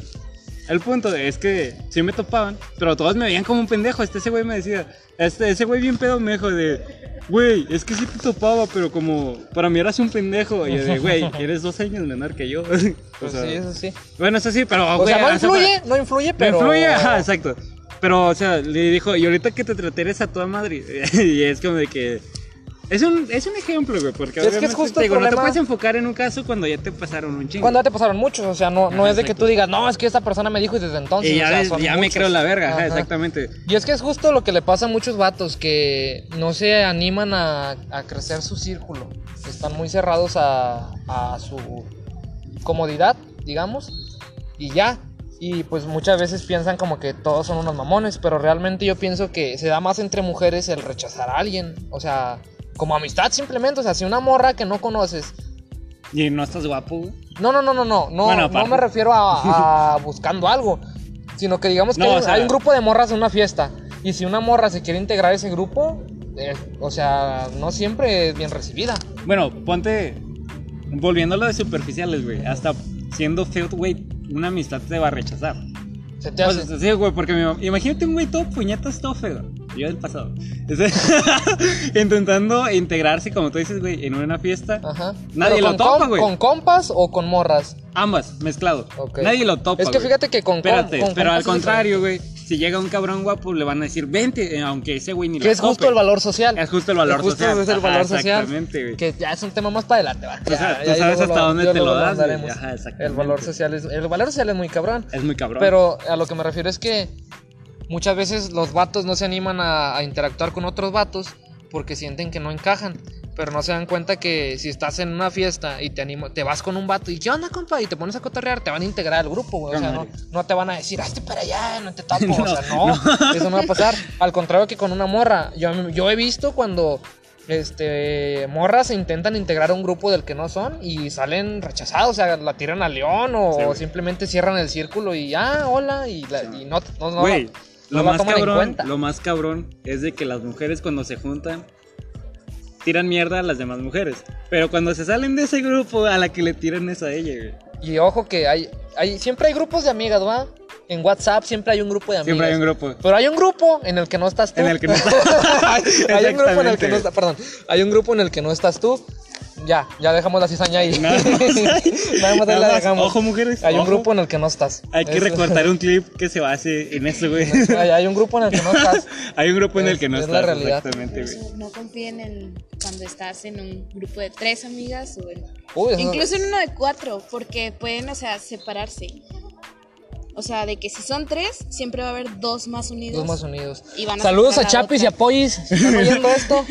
El punto es que sí me topaban, pero todos me veían como un pendejo. Este ese güey me decía, este, ese güey bien pedo me dijo de, güey, es que sí te topaba, pero como para mí eras un pendejo. Y yo [laughs] de, güey, eres dos años menor que yo. [laughs] O Pues sea, sí, eso sí. Bueno, eso sí, pero. O güey, sea, no o sea, influye, no influye, me pero. influye, ajá, exacto. Pero, o sea, le dijo, y ahorita que te trateres a toda madre. [laughs] y es como de que. Es un, es un ejemplo, güey, porque Es que es obviamente, justo te el digo, no te problema. puedes enfocar en un caso cuando ya te pasaron un chingo. Cuando ya te pasaron muchos, o sea, no, no Ajá, es de que exacto. tú digas, no, es que esta persona me dijo y desde entonces. y ya, o sea, ves, son ya me muchos". creo la verga, ajá, Ajá. exactamente. Y es que es justo lo que le pasa a muchos vatos que no se animan a, a crecer su círculo. Están muy cerrados a, a su comodidad, digamos, y ya. Y pues muchas veces piensan como que todos son unos mamones, pero realmente yo pienso que se da más entre mujeres el rechazar a alguien. O sea, como amistad simplemente. O sea, si una morra que no conoces Y no estás guapo, güey. No, no, no, no, no. No, Bueno, no aparte. me refiero [laughs] a, a buscando algo. Sino que digamos que No, hay, o sea- hay un grupo de morras en una fiesta. Y si una morra se quiere integrar a ese grupo, eh, o sea, no siempre es bien recibida. Bueno, ponte. Volviendo a lo de superficiales, güey. Hasta siendo feo, güey, una amistad te va a rechazar. Se te O hace. sea, Pues, sí, güey, porque mi mam- imagínate un güey todo puñetas, todo feo. Yo del pasado. Ese- [laughs] Intentando integrarse, como tú dices, güey, en una fiesta. Ajá. Nadie Pero con lo topa, com- güey. ¿Con compas o con morras? Ambas, mezclado. Ok. Nadie lo topa. Es que güey. fíjate que con com- Espérate, con pero compas al es contrario, güey. Si llega un cabrón guapo, le van a decir, vente, eh, aunque ese güey ni Que la es justo tope. el valor social. Es justo el valor Es justo social. es el Ajá, valor social. exactamente, güey. Que ya es un tema más para adelante, va. O Ya- sea, tú ya ahí sabes luego hasta dónde ya te luego lo das, güey. andaremos. Ajá, el exactamente. valor social es, el valor social es muy cabrón. Es muy cabrón. Pero a lo que me refiero es que muchas veces los vatos no se animan a, a interactuar con otros vatos porque sienten que no encajan. Pero no se dan cuenta que si estás en una fiesta y te anima, te vas con un vato y ¿qué onda, compa? Y te pones a cotorrear, te van a integrar al grupo, güey. O sea, no, Madre. no te van a decir, hazte para allá, no te tapo. [laughs] o sea, No, [laughs] no, eso no va a pasar. Al contrario que con una morra. Yo, yo he visto cuando este, morras se intentan integrar a un grupo del que no son y salen rechazados, o sea, la tiran al león o Sí, güey. simplemente cierran el círculo y ah, hola, y, la- y no, no, no, Güey, no lo, la más toman en cabrón, cuenta. lo más cabrón es de que las mujeres cuando se juntan tiran mierda a las demás mujeres. Pero cuando se salen de ese grupo, a la que le tiran es a ella, güey. Y ojo que hay, hay, siempre hay grupos de amigas, ¿va? En WhatsApp siempre hay un grupo de amigas. Siempre hay un grupo. Pero hay un grupo en el que no estás tú. En el que [laughs] no- [laughs] hay un grupo en el que Exactamente. no está- perdón, hay un grupo en el que no estás tú. Ya, ya dejamos la cizaña ahí. Nada [laughs] más. Nada más ahí la Nada más. dejamos. Ojo, mujeres, Hay un ojo. grupo en el que no estás. Hay que Eso- recortar un clip que se base en eso, güey. [laughs] Hay, hay un grupo en el que no estás. [laughs] Hay un grupo en el que no Es- es estás, la realidad. exactamente, güey. Incluso no confíen en cuando estás en un grupo de tres amigas o en- Uy, eso- incluso en uno de cuatro, porque pueden, o sea, separarse. O sea, de que si son tres, siempre va a haber dos más unidos. Dos más unidos. Y van a Saludos a sacar la Chapis y otra. [laughs] a Poyis. si ¿Están oyendo esto?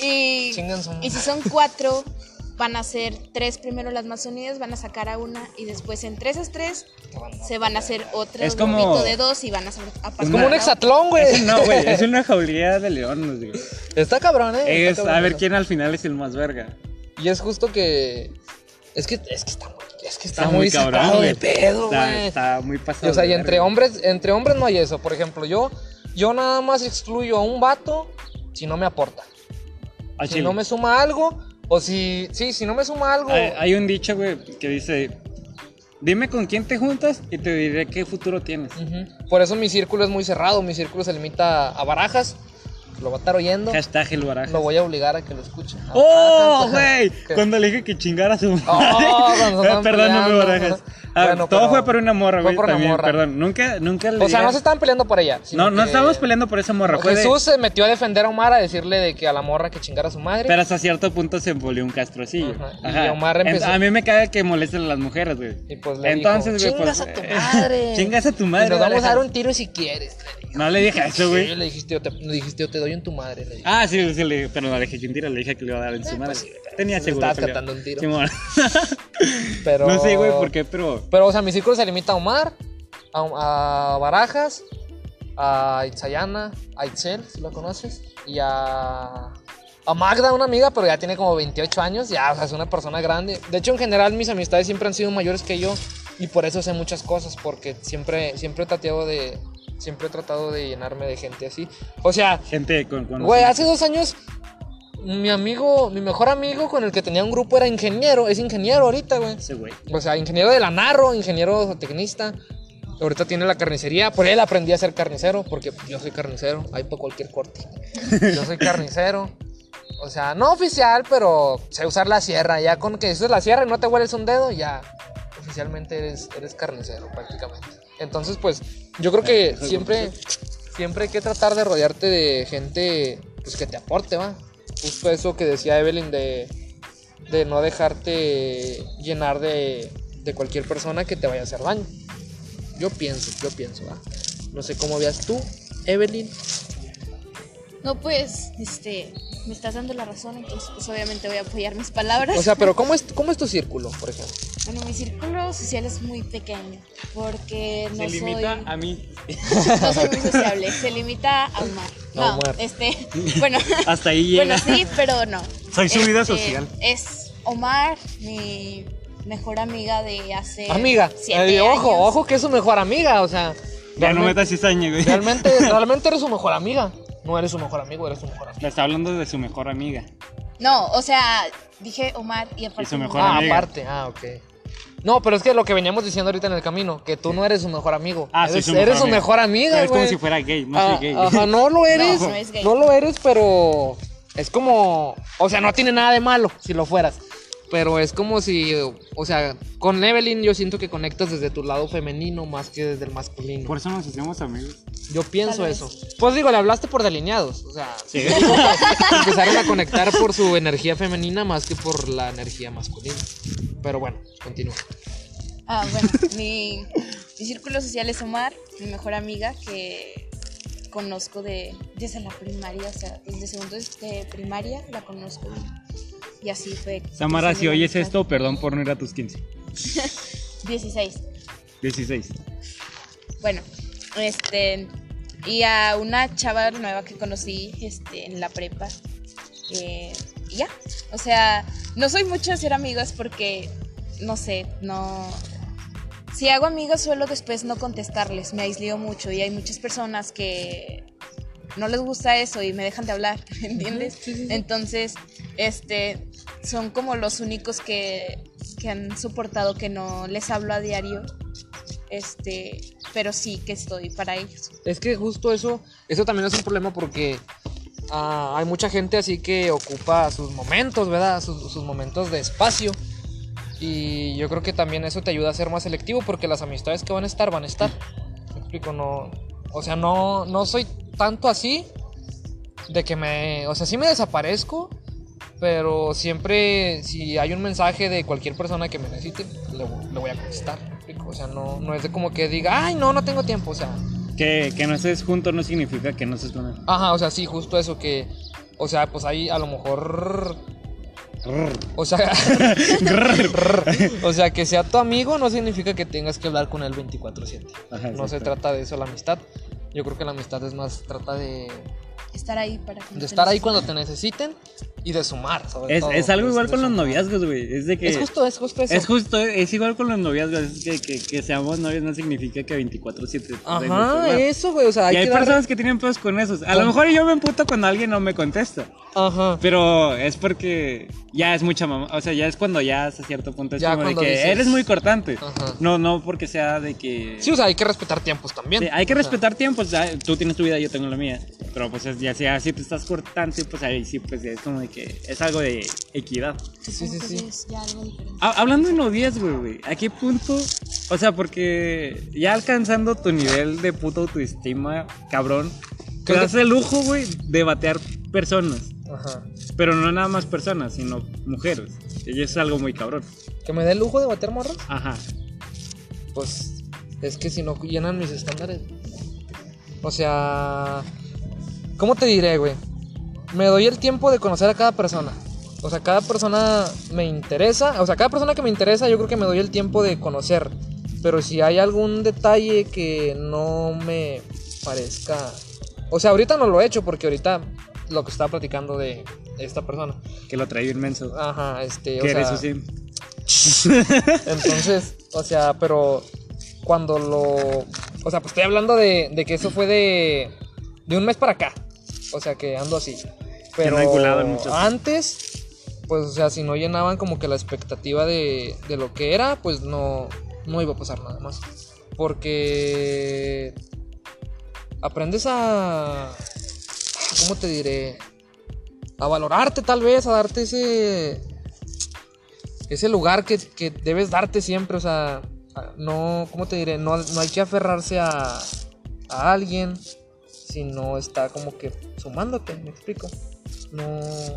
Y, Chingan su madre. y si son cuatro, van a ser tres primero las más unidas, van a sacar a una y después entre esas tres se van a hacer otro Es como- grupito de dos y van a ser Es como un aparte. hexatlón, güey. Es un- [laughs] No, güey, es una jaulía de leones, güey. Está cabrón, eh. Es Está cabrón a ver eso. quién al final es el más verga. Y es justo que. Es que, es que está muy. Es que está, Está muy muy cabrón, sacado de güey. pedo, Está, güey. está muy pasado. O sea, y de entre verga. hombres, entre hombres no hay eso. Por ejemplo, yo, yo nada más excluyo a un vato si no me aporta. Al si chile. no me suma algo. O si. Sí, si no me suma algo. Hay, hay un dicho, güey, que dice: Dime con quién te juntas y te diré qué futuro tienes. Ujú. Por eso mi círculo es muy cerrado. Mi círculo se limita a barajas. Lo va a estar oyendo. Hashtag el barajas. Lo voy a obligar a que lo escuche. A ¡Oh, Barajas, güey! [laughs] ¿qué? Cuando le dije que chingara a su madre. Ah, Oh, cuando [laughs] se Eh, estaban perdón, no me peleando. barajas. Ah, Bueno, todo pero- fue por una morra, fue güey. por una También, morra. perdón. Nunca, nunca le O sea, no digas- se estaban peleando por ella. sino No, no que estábamos peleando por esa morra. fue de- Jesús se metió a defender a Omar a decirle de que a la morra que chingara a su madre. Pero hasta cierto punto se envolvió un castrocillo. Ajá, y Ajá. Omar En- empezó- A mí me cae que molesten a las mujeres, güey. Y pues le Entonces, dijo, güey, pues, chingas a tu eh, madre. [laughs] Chingas a tu madre. Y nos vamos a dar Alejandro". un tiro si quieres. le dije. No le dije eso, Sí, güey. le dijiste, yo te, le dijiste, yo te doy en tu madre. Le dije. Ah, sí, sí, le dije, pero no le dije que un tiro, le dije que le iba a dar en Ah, su madre. Tenía le seguro. pues estabas que le iba- cantando un tiro. Simón. [laughs] Pero... No sé, güey, por qué, pero. Pero, o sea, mi círculo se limita a Omar, a, a Barajas, a Itzayana, a Itzel, si lo conoces, y a, a Magda, una amiga, pero ya tiene como 28 años, ya, o sea, es una persona grande. De hecho, en general, mis amistades siempre han sido mayores que yo, y por eso sé muchas cosas, porque siempre, siempre he tratado de... Siempre he tratado de llenarme de gente así. O sea, Gente con. con Güey, ah, hace dos años, mi amigo, mi mejor amigo con el que tenía un grupo era ingeniero, es ingeniero ahorita, güey. Ese güey. O sea, pues, ingeniero de la narro, ingeniero tecnista. Ahorita tiene la carnicería. Por él aprendí a ser carnicero, porque yo soy carnicero. Hay para cualquier corte. Yo soy carnicero. O sea, no oficial, pero sé usar la sierra. Ya con que uses la sierra y no te hueles un dedo, ya oficialmente eres, eres carnicero prácticamente. Entonces, pues, yo creo que siempre, siempre hay que tratar de rodearte de gente pues, que te aporte, ¿va? Justo eso que decía Evelyn de de no dejarte llenar de, de cualquier persona que te vaya a hacer daño. Yo pienso, yo pienso, ¿va? No sé cómo veas tú, Evelyn. No, pues, este, me estás dando la razón, entonces pues obviamente voy a apoyar mis palabras. O sea, pero ¿cómo es, cómo es tu círculo, por ejemplo? bueno, mi círculo social es muy pequeño, porque no Se limita soy... a mí. [laughs] No soy muy sociable, se limita a Omar. A No, Omar. [laughs] este, bueno, Hasta ahí llega. bueno, sí, pero no. Soy su vida Este, social. Es Omar, mi mejor amiga de hace Amiga, siete eh, ojo, años. ojo que es su mejor amiga, o sea. Ya no realmente- metas cizaña, güey. [laughs] Realmente, realmente eres su mejor amiga. No eres su mejor amigo, eres su mejor amiga. Le está hablando de su mejor amiga. No, o sea, dije Omar y aparte Y su mejor Omar. Ah, amiga. aparte, ah, ok. No, pero es que lo que veníamos diciendo ahorita en el camino, que tú no eres su mejor amigo. Ah, soy eres su mejor eres su amiga. mejor amiga, es como güey. si fuera gay, no Ah, soy gay. Ajá, no lo eres. No, No, no es gay. lo eres, pero es como. O sea, no tiene nada de malo si lo fueras. Pero es como si. O sea, con Evelyn yo siento que conectas desde tu lado femenino más que desde el masculino. [laughs] Por eso nos hacemos amigos. Yo pienso Tal vez. eso. Pues digo, le hablaste por delineados. O sea, Sí. [laughs] empezaron a conectar por su energía femenina más que por la energía masculina. Pero bueno, continúa. Ah, bueno, [laughs] mi, mi círculo social es Omar, mi mejor amiga que conozco de, desde la primaria, o sea, desde segundo de primaria la conozco y, y así fue. Samara, si creciendo la oyes amistad. esto, perdón por no ir a tus 15. 16. 16. Bueno, este, y a una chava nueva que conocí este, en la prepa. eh, y ya, o sea, no soy mucho de ser amigas porque, no sé, no... Si hago amigas suelo después no contestarles, me aisleo mucho y hay muchas personas que no les gusta eso y me dejan de hablar, [laughs] ¿me ¿entiendes? Entonces, este, son como los únicos que, que han soportado que no les hablo a diario este, pero sí que estoy para ellos. Es que justo eso, eso también es un problema porque ah, hay mucha gente así que ocupa sus momentos, ¿verdad? Sus, sus momentos de espacio. Y yo creo que también eso te ayuda a ser más selectivo porque las amistades que van a estar, van a estar. Me explico, no. O sea, no, no soy tanto así de que me. O sea, sí me desaparezco, pero siempre si hay un mensaje de cualquier persona que me necesite, le, vo- le voy a contestar. ¿me explico? O sea, no, no es de como que diga, ay, no, no tengo tiempo. O sea, Que, que no estés juntos no significa que no estés con él. Ajá, o sea, sí, justo eso que O sea, pues ahí a lo mejor. O sea, [laughs] o sea, que sea tu amigo no significa que tengas que hablar con él 24-7. Ajá, No se exacto. trata de eso la amistad. Yo creo que la amistad es más, trata de, Estar ahí para que no de te estar ahí necesiten. cuando te necesiten y de sumar, sobre Es, todo, es algo pues, igual de con los sumar. noviazgos, güey. Es de que. Es justo, es justo eso. Es justo, es igual con los noviazgos. Es que, que, que seamos novios no significa que 24-7. Ajá, tenemos que- eso, güey. O sea, hay este y hay que darle- personas que tienen pedos con esos. A lo mejor yo me emputo cuando alguien no me contesta. Ajá. Pero es porque ya es mucha mamá. O sea, ya es cuando ya hasta cierto punto es Ya como de cuando que dices- eres muy cortante. Ajá. No, no porque sea de que. Sí, o sea, hay que respetar tiempos también. Sí, hay que O sea, respetar tiempos. ah, Tú tienes tu vida, yo tengo la mía. Pero pues es- ya si así te estás cortante, pues ahí sí, pues es como de que es algo de equidad. Sí, sí, sí. Entonces, ya algo diferente. Ha- hablando de noviazgo, güey, ¿a qué punto? O sea, porque ya alcanzando tu nivel de puta autoestima, cabrón, te Creo das el lujo, güey, de batear personas. Ajá. Pero no nada más personas, sino mujeres. Y eso es algo muy cabrón. ¿Que me dé el lujo de bater morras? Ajá. Pues es que si no llenan mis estándares. O sea, ¿cómo te diré, güey? Me doy el tiempo de conocer a cada persona. O sea, cada persona me interesa. O sea, cada persona que me interesa, yo creo que me doy el tiempo de conocer. Pero si hay algún detalle que no me parezca. O sea, ahorita no lo he hecho porque ahorita lo que estaba platicando de esta persona. Que lo traía inmenso. Ajá, este. o que eres sea, sí. entonces, o sea, pero cuando lo. O sea, pues estoy hablando de, de que eso fue de. De un mes para acá. O sea, que ando así. Pero anda enculado en muchas- antes, pues, o sea, si no llenaban como que la expectativa de, de lo que era, pues no, no iba a pasar nada más. Porque. Aprendes a. ¿Cómo te diré? A valorarte, tal vez, a darte ese ese lugar que, que debes darte siempre, o sea, a- no, ¿cómo te diré? No, no hay que aferrarse a, a alguien si no está como que sumándote, me explico. No,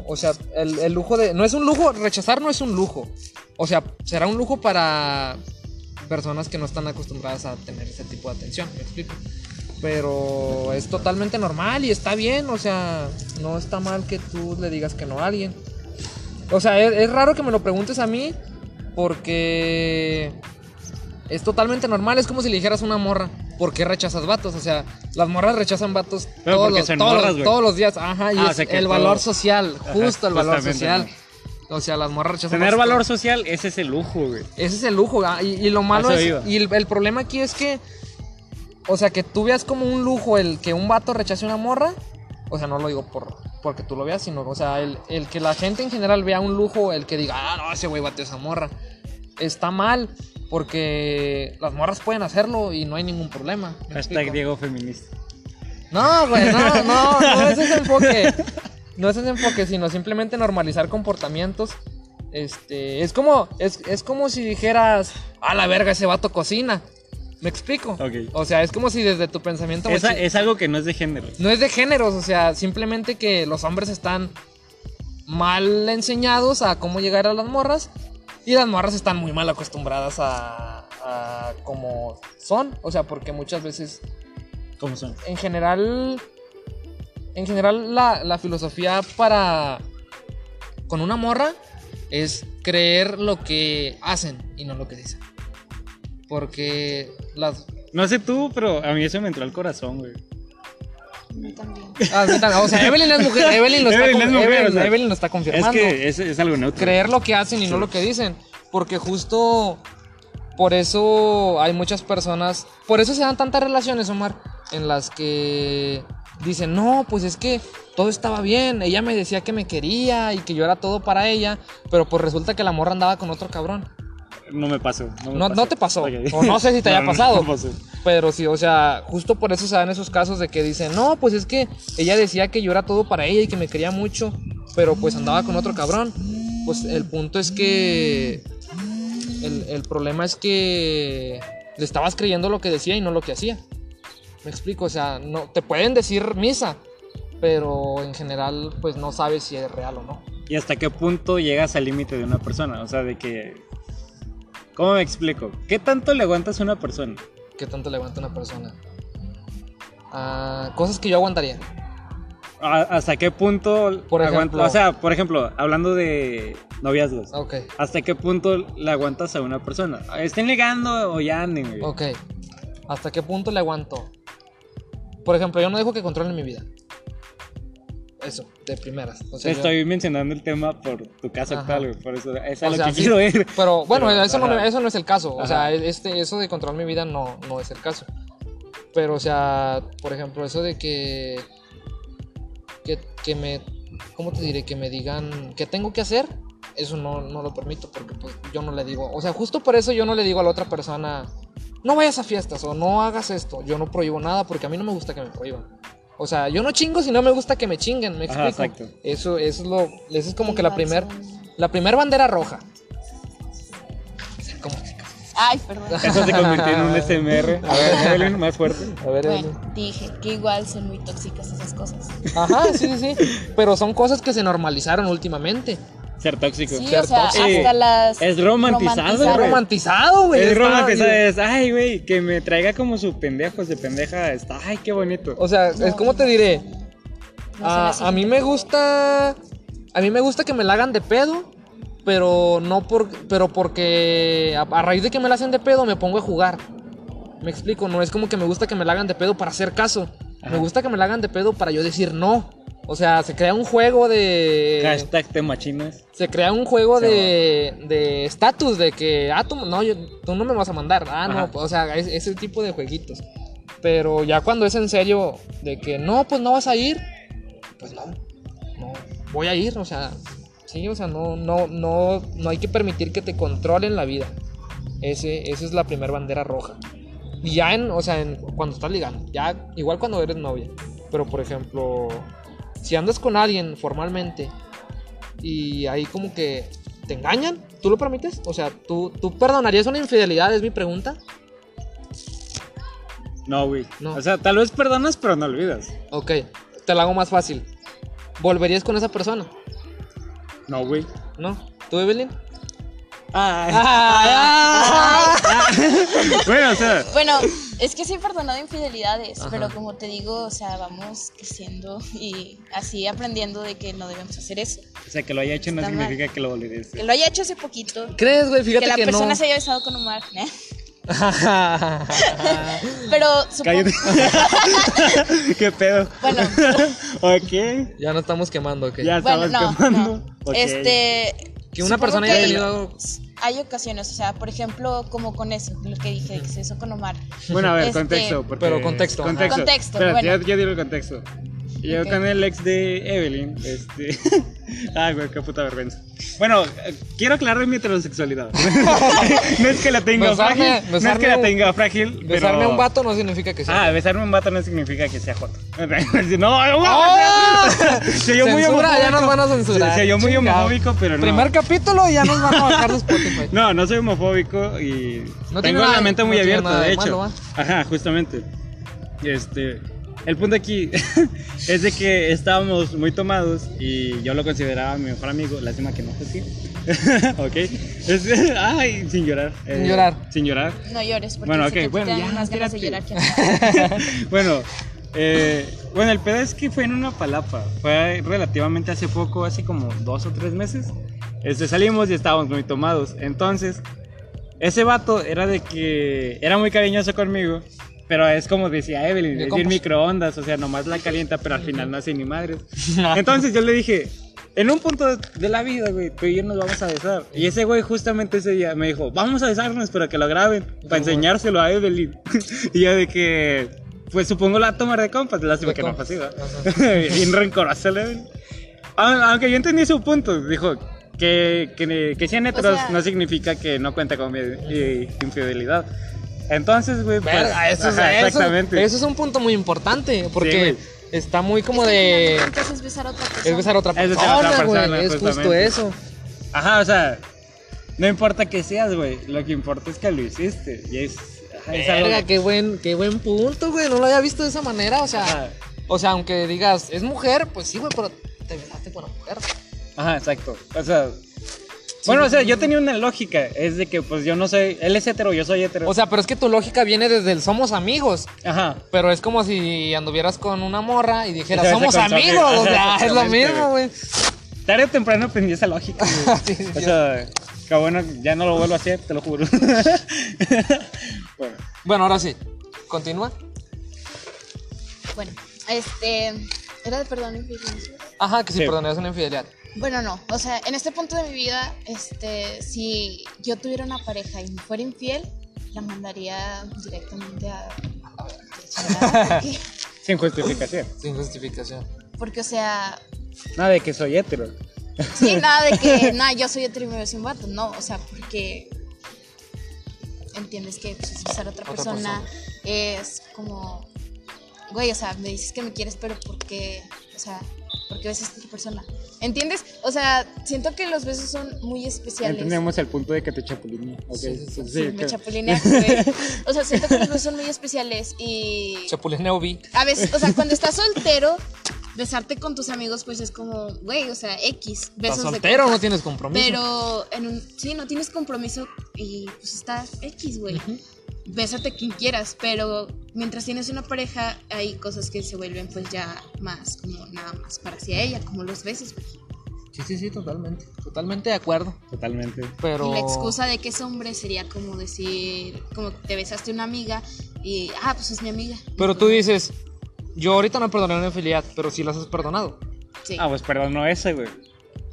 o sea, el, el lujo de... No es un lujo, rechazar no es un lujo. O sea, será un lujo para personas que no están acostumbradas a tener ese tipo de atención, me explico. Pero es totalmente normal y está bien, o sea, no está mal que tú le digas que no a alguien. O sea, es, es raro que me lo preguntes a mí porque es totalmente normal. Es como si le dijeras a una morra, ¿por qué rechazas vatos? O sea, las morras rechazan vatos Pero todos, porque los, son todos los- morras, güey. todos los días. Ajá, y Ah, o es sea que el todo- valor [laughs] social, Ajá, justo el valor justamente, social. O sea, las morras rechazan Tener vatos valor social es ese lujo, güey. ese es el lujo. ah, Y, y lo malo Eso es. iba. Y el, el problema aquí es que. O sea, que tú veas como un lujo el que un vato rechace una morra. O sea, no lo digo por, porque tú lo veas, sino. O sea, el, el que la gente en general vea un lujo, el que diga, ah, no, ese güey bateó esa morra. Está mal. Porque las morras pueden hacerlo y no hay ningún problema. ¿me Hashtag explico? Diego feminista. No, güey, no, no, no es ese enfoque. No es ese enfoque, sino simplemente normalizar comportamientos. Este, es como, es, es como si dijeras, a la verga, ese vato cocina. ¿Me explico? Ok. O sea, es como si desde tu pensamiento... Esa- machi- es algo que no es de género. No es de géneros, o sea, simplemente que los hombres están mal enseñados a cómo llegar a las morras y las morras están muy mal acostumbradas a, a cómo son. O sea, porque muchas veces ¿Cómo son? en general. En general, la, la filosofía para. con una morra es creer lo que hacen y no lo que dicen. Porque las. No sé tú, pero a mí eso me entró al corazón, güey. Yo también. ah, sí, tal- o sea, Evelyn es mujer. Evelyn lo está, [laughs] Evelyn con- es mujer, Evelyn- o sea, Evelyn lo está Es confirmando. que es, es algo neutro. creer lo que hacen y no lo que dicen. Porque justo por eso hay muchas personas, por eso se dan tantas relaciones, Omar, en las que dicen, no, pues es que todo estaba bien, ella me decía que me quería y que yo era todo para ella, pero pues resulta que la morra andaba con otro cabrón. No me pasó. me No- no pasó. te pasó, Ok. o no sé si te haya pasado. [laughs] No, me pasó. Pero sí, o sea, justo por eso se dan esos casos de que dicen, no, pues es que ella decía que yo era todo para ella y que me quería mucho, pero pues andaba con otro cabrón. Pues el punto es que... El, el problema es que le estabas creyendo lo que decía y no lo que hacía. Me explico, o sea, no, te pueden decir misa, pero en general pues no sabes si es real o no. ¿Y hasta qué punto llegas al límite de una persona? O sea, de que... ¿Cómo me explico? ¿Qué tanto le aguantas a una persona? ¿Qué tanto le aguanta una persona? Ah, cosas que yo aguantaría. a- ¿hasta qué punto Por ejemplo. aguantas? O sea, por ejemplo, hablando de noviazgos. Ok, ¿Hasta qué punto le aguantas a una persona? ¿Estén ligando o ya anden, güey? ok. ¿Hasta qué punto le aguanto? Por ejemplo, yo no dejo que controlen mi vida. Eso, de primeras. O Te sea, yo- Estoy mencionando el tema por tu caso Ajá. actual, güey. Por eso es a O lo sea, que sí, quiero ir. Pero bueno, Pero, eso, no, ajá. eso no es el caso. O sea, Ajá. este, eso de controlar mi vida no, no es el caso. Pero, o sea, por ejemplo, eso de que, que. que me. ¿Cómo te diré? Que me digan qué tengo que hacer. Eso no, no lo permito porque pues, yo no le digo. O sea, justo por eso yo no le digo a la otra persona. No vayas a fiestas o no hagas esto. Yo no prohíbo nada porque a mí no me gusta que me prohíban. O sea, yo no chingo si no me gusta que me chinguen, me Ajá, explico. exacto. Eso, eso es lo, eso es como El que la primera balsón. la primera bandera roja. ¿Cómo? Ay, [laughs] perdón. Eso se convirtió en un SMR. A ver, Evelyn, más fuerte. A ver, Evelyn. Bueno, dije que igual son muy tóxicas esas cosas. Ajá, sí, sí, sí. Pero son cosas que se normalizaron últimamente. Ser tóxico. Sí, Ser o sea, tóxico. hasta las. Es romantizado, Es güey. Pues romantizado, güey. Es está- romantizado, es, ay, güey, que me traiga como su pendejo, su pendeja, está, ay, qué bonito. O sea, es como te diré. A, a mí me gusta. A mí me gusta que me la hagan de pedo. Pero no por, pero porque a, a raíz de que me la hacen de pedo me pongo a jugar. Me explico, no es como que me gusta que me la hagan de pedo para hacer caso. Ajá. Me gusta que me la hagan de pedo para yo decir no. O sea, se crea un juego de. Hashtag te machinas. se crea un juego Se de de estatus de que ah tú no yo- tú no me vas a mandar ah Ajá. no o sea es- ese tipo de jueguitos pero ya cuando es en serio de que no pues no vas a ir pues no no voy a ir o sea sí o sea no no no no hay que permitir que te controlen la vida ese esa es la primera bandera roja y ya en o sea en- cuando estás ligando ya igual cuando eres novia pero por ejemplo si andas con alguien formalmente y ahí como que te engañan, ¿tú lo permites? O sea, ¿tú, tú perdonarías una infidelidad? Es mi pregunta. No, güey. No. O sea, tal vez perdonas, pero no olvidas. Ok, te la hago más fácil. ¿Volverías con esa persona? No, güey. ¿No? [laughs] ¿Tú, Evelyn? Ah, Ay. Ah. [laughs] bueno, o sea, Bueno, es que sí he perdonado infidelidades, pero como te digo, o sea, vamos creciendo y así aprendiendo de que no debemos hacer eso. o sea, que lo haya hecho no Está mal. significa que lo olvides. Que lo haya hecho hace poquito, ¿Crees, güey? Fíjate que que, la persona no. se haya besado con Omar, ¿eh? [laughs] Pero supongo, Cállate. [laughs] ¿Qué pedo? [laughs] bueno, ok. [laughs] ya no estamos quemando, ok. Ya bueno, estabas no, quemando. no. Ok. Este, Que una supongo persona haya que tenido algo- Hay ocasiones, o sea, por ejemplo, como con eso, lo que dije, de que se besó con Omar. Bueno, a ver, Este- contexto. porque- Pero contexto, ajá. Contexto. Contexto, Espérate, bueno. yo, yo digo el contexto. Yo Ok. con el ex de Evelyn, este. ah, güey, qué puta vergüenza. Bueno, eh, quiero aclarar mi heterosexualidad. no es que la tenga Besarme- frágil. No es besarme que la un- tenga frágil. pero- Besarme a un vato no significa que sea. ¡Oh! Ah, besarme un vato no significa que sea joto. no, no, [laughs] Se oyó Censura, muy ya homofóbico. nos van a censurar, Se oyó muy chingado. homofóbico, pero no. Primer capítulo y ya nos van a bajar de Spotify. [laughs] No, no soy homofóbico y pues. No tiene tengo nada- la mente muy no tiene abierta, nada de de hecho. malo, ¿va? Ajá, justamente. Este, el punto aquí [laughs] es de que estábamos muy tomados y yo lo consideraba mi mejor amigo, lástima que no fue así. [laughs] ok. Es- [laughs] ay, sin llorar. Eh, Sin llorar. Sin llorar. No llores, porque Bueno, sé ok, que a ti bueno, te dan ya, más ganas de llorar espérate. que [laughs] a mí. [laughs] bueno, eh, bueno, el pedo es que fue en una palapa. Fue relativamente hace poco, hace como dos o tres meses. Este, salimos y estábamos muy tomados. Entonces, ese vato era de que era muy cariñoso conmigo. Pero es como decía Evelyn, De es el compas. microondas, o sea, nomás la calienta, pero al final no hace ni madres. Entonces yo le dije, en un punto de la vida, güey, tú y yo nos vamos a besar. Y ese güey justamente ese día me dijo, vamos a besarnos, pero que lo graben, para enseñárselo a Evelyn. [laughs] y yo de que, pues supongo la tomar de compas, lástima De que no fue compas. así, ¿verdad? [laughs] Bien rencorosa la Evelyn. A- Aunque yo entendí su punto, dijo... Que, que, que sean heteros sea- no significa que no cuenta con mi- eh, infidelidad. Entonces, güey, pues, Verga, eso, es- ajá, eso- exactamente. eso es un punto muy importante porque güey. está muy como Es que al final de cuentas es besar a otra persona. es besar a otra Es besar a otra persona, persona, güey, es justo justamente. eso. Ajá, o sea, no importa que seas, güey. Lo que importa es que lo hiciste. Y es. ajá, es algo- Verga, qué buen qué buen punto, güey, no lo había visto de esa manera, o sea, Ajá. o sea, aunque digas, es mujer, pues sí, güey, pero te besaste con la mujer. Ajá, exacto. O sea, Bueno, o sea, yo tenía una lógica. Es de que, pues yo no soy. Él es hetero, yo soy hetero. O sea, pero es que tu lógica viene desde el somos amigos. Ajá. Pero es como si anduvieras con una morra y dijeras, Y se besa somos con su amigos. amigo. O [laughs] sea, es lo Exactamente, mismo, güey. [laughs] Tarde o temprano aprendí esa lógica. güey. Sí, sí, o sí. sea, que bueno, ya no lo vuelvo a hacer, te lo juro. [laughs] bueno, Bueno, ahora sí. Continúa. Bueno, este. ¿Era de perdón infidelidad? Ajá, que sí, Sí. perdón, es una infidelidad. Bueno, no. O sea, en este punto de mi vida, este, si yo tuviera una pareja y me fuera infiel, la mandaría directamente a. a ver, qué chingada, porque- [laughs] sin justificación. Sin justificación. Porque, o sea, Nada de que soy hetero. sí, nada de que, nada, yo soy hetero y me beso un vato, no, o sea, porque entiendes que pues, besar a otra Otra persona, es como, güey, o sea, me dices que me quieres, pero ¿por qué? O sea, ¿por qué besas a otra persona? ¿Entiendes? O sea, siento que los besos son muy Ya especiales. Entendemos el punto de que te chapuliné. ok. Sí, sí, sí. Sí, me que- chapulineas, güey. O sea, siento que los besos son muy especiales y... Chapulineo vi. A veces, o sea, cuando estás soltero, besarte con tus amigos, pues es como, güey, o sea, X. ¿Estás Besos de soltero no tienes compromiso? Pero en un, sí, no tienes compromiso y pues estás X, güey. Bésate quien quieras, pero mientras tienes una pareja hay cosas que se vuelven pues ya más como nada más para hacia ella, como los besos, güey. Sí, sí, sí, totalmente. Totalmente de acuerdo. Totalmente. Pero. Y la excusa de que es hombre sería como decir, como te besaste a una amiga y, ah, pues es mi amiga. Pero tú dices, yo ahorita no perdoné una infidelidad, pero sí las has perdonado. Sí. Ah, pues perdón, no ese, güey.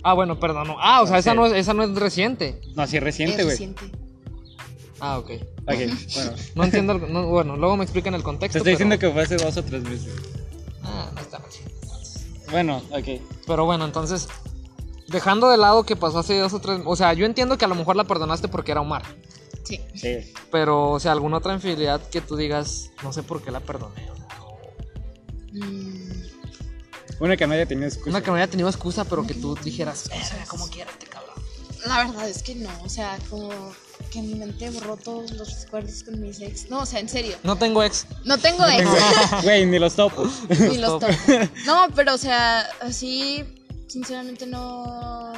Ah, bueno, perdonó. Ah, o sea, esa Sí. no, es, esa no es reciente. No, así reciente, Es güey. reciente. Ah, ok. Ok, bueno. No entiendo. [laughs] el- no, bueno, luego me explican el Te contexto. estoy diciendo pero- que fue hace dos o tres meses. Ah, no está mal. Bueno, ok. Pero bueno, entonces, dejando de lado que pasó hace dos o tres. O sea, yo entiendo que a lo mejor la perdonaste porque era Omar. Sí. Sí. Pero, o sea, alguna otra infidelidad que tú digas, no sé por qué la perdoné. o sea, o- Mm, Una que no haya tenido excusa. Una que no haya tenido excusa, pero que tú dijeras, "Verga, ¿cómo quiera este cabrón? La verdad es que no, o sea, como que mi mente borró todos los recuerdos con mis ex. No, o sea, en serio. No tengo ex. No tengo ex, Güey, ni los topo. ni los topo. No, pero o sea, así, sinceramente no.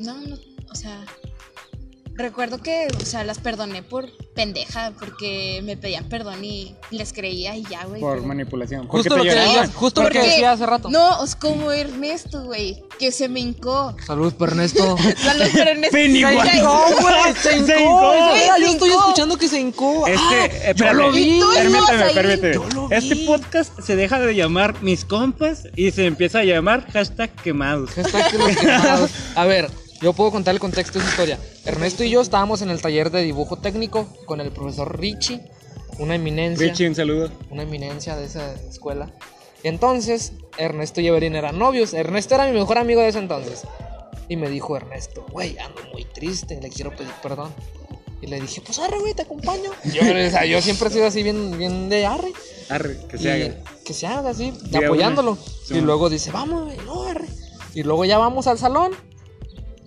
No, no, o sea. Recuerdo que, o sea, las perdoné por pendeja, porque me pedían perdón y les creía y ya, güey. Por pero- manipulación. Porque Justo te lo que, lloraban. decías- justo lo que decía hace rato. No, es como Ernesto, güey, que se me hincó. [laughs] Salud, por [laughs] Ernesto. se Saludos para Ernesto. Pennywise. Ay, hincó, [laughs] güey. Se hincó. Se hincó. güey, Se Yo estoy hincó. escuchando que se hincó. Este, Ah, eh, yo espérame. lo vi. Y tú- Permíteme, ibas ahí. permíteme. Yo lo Este vi. podcast se deja de llamar mis compas y se empieza a llamar hashtag quemados. Hashtag que [laughs] los quemados. A ver, yo puedo contar el contexto de esa historia. Ernesto y yo estábamos en el taller de dibujo técnico con el profesor Richie, una eminencia. Richie, un saludo. una eminencia de esa escuela. Entonces, Ernesto y Evelyn eran novios. Ernesto era mi mejor amigo de ese entonces. Y me dijo Ernesto, güey, ando muy triste, le quiero pedir perdón. Y le dije, pues arre, güey, te acompaño. [laughs] Yo, o sea, yo siempre he sido así, bien, bien de arre. Arre, que Y se haga. Que se haga así, Diga una. apoyándolo. y Sí, man. luego dice, vamos, güey, no, arre. Y luego ya vamos al salón,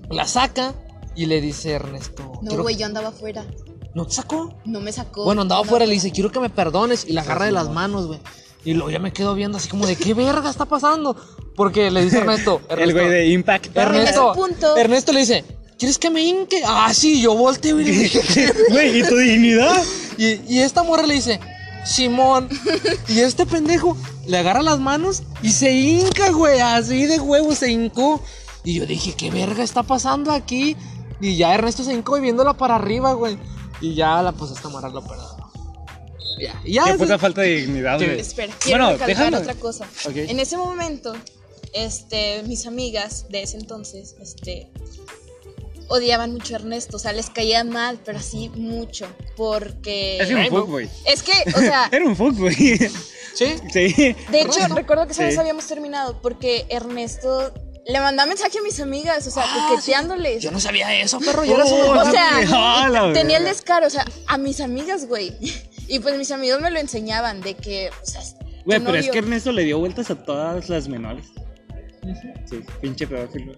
la saca y le dice Ernesto, No, "Quiero- güey, yo andaba afuera. ¿no te sacó? No me sacó. Bueno, andaba No, afuera y le dice, quiero que me perdones. Y la agarra de las manos, güey. Y luego ya me quedo viendo así como de, ¿qué verga está pasando? Porque le dice [laughs] Ernesto, El güey Ernesto, de Impact. Ernesto, En ese punto- Ernesto le dice, ¿quieres que me hinque? Ah, sí, yo volteo y le dije, "¿Qué?". [laughs] Güey, ¿y tu dignidad? y, y esta morra le dice, [laughs] Simón. Y este pendejo le agarra las manos y se hinca, güey, así de huevo, se hincó. Y yo dije, ¿qué verga está pasando aquí? Y ya Ernesto se hincó y viéndola para arriba, güey. Y ya la, pues esta morra lo perdonó. Ya, ya. Qué se- puta falta de dignidad, Sí. güey. Espera, quiero Bueno, recalcar déjame. otra cosa. Ok. En ese momento, este, mis amigas de ese entonces, este, odiaban mucho a Ernesto, o sea, les caía mal, pero así mucho, porque Es un fuck, güey. es que, o sea, Era un fuck, güey. [laughs] Sí. Sí. [laughs] de hecho Ernesto. recuerdo que esa vez Sí. habíamos terminado porque Ernesto le mandaba mensaje a mis amigas, o sea, Ah, coqueteándoles. Yo no sabía eso, perro. Yo era su Oh, mamá. O no, sea, güey. [laughs] Ah, la y tenía el verga. descaro, o sea, a mis amigas, güey. [laughs] Y pues mis amigos me lo enseñaban de que, o sea, tu Güey, pero es novio- que Ernesto le dio vueltas a todas las menores. Sí, pinche pedófilo.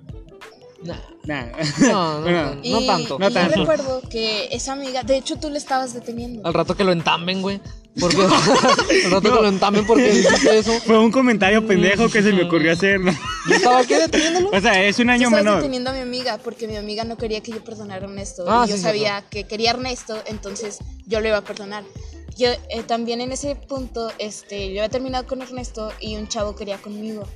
Nah. Nah. [laughs] No, no, Bueno, no. tanto. y No yo tanto. recuerdo que esa amiga, de hecho tú le estabas deteniendo. Al rato que lo entamben, güey. Porque [laughs] no te calentamen [laughs] porque dijiste eso. Fue un comentario pendejo que se me ocurrió hacer. ¿no? Yo estaba aquí deteniéndolo. O sea, es un Yo año estaba menor. deteniendo a mi amiga porque mi amiga no quería que yo perdonara a Ernesto. Ah, y yo sí, sabía que quería a Ernesto, entonces yo lo iba a perdonar. Yo eh, también en ese punto, este, yo había terminado con Ernesto y un chavo quería conmigo.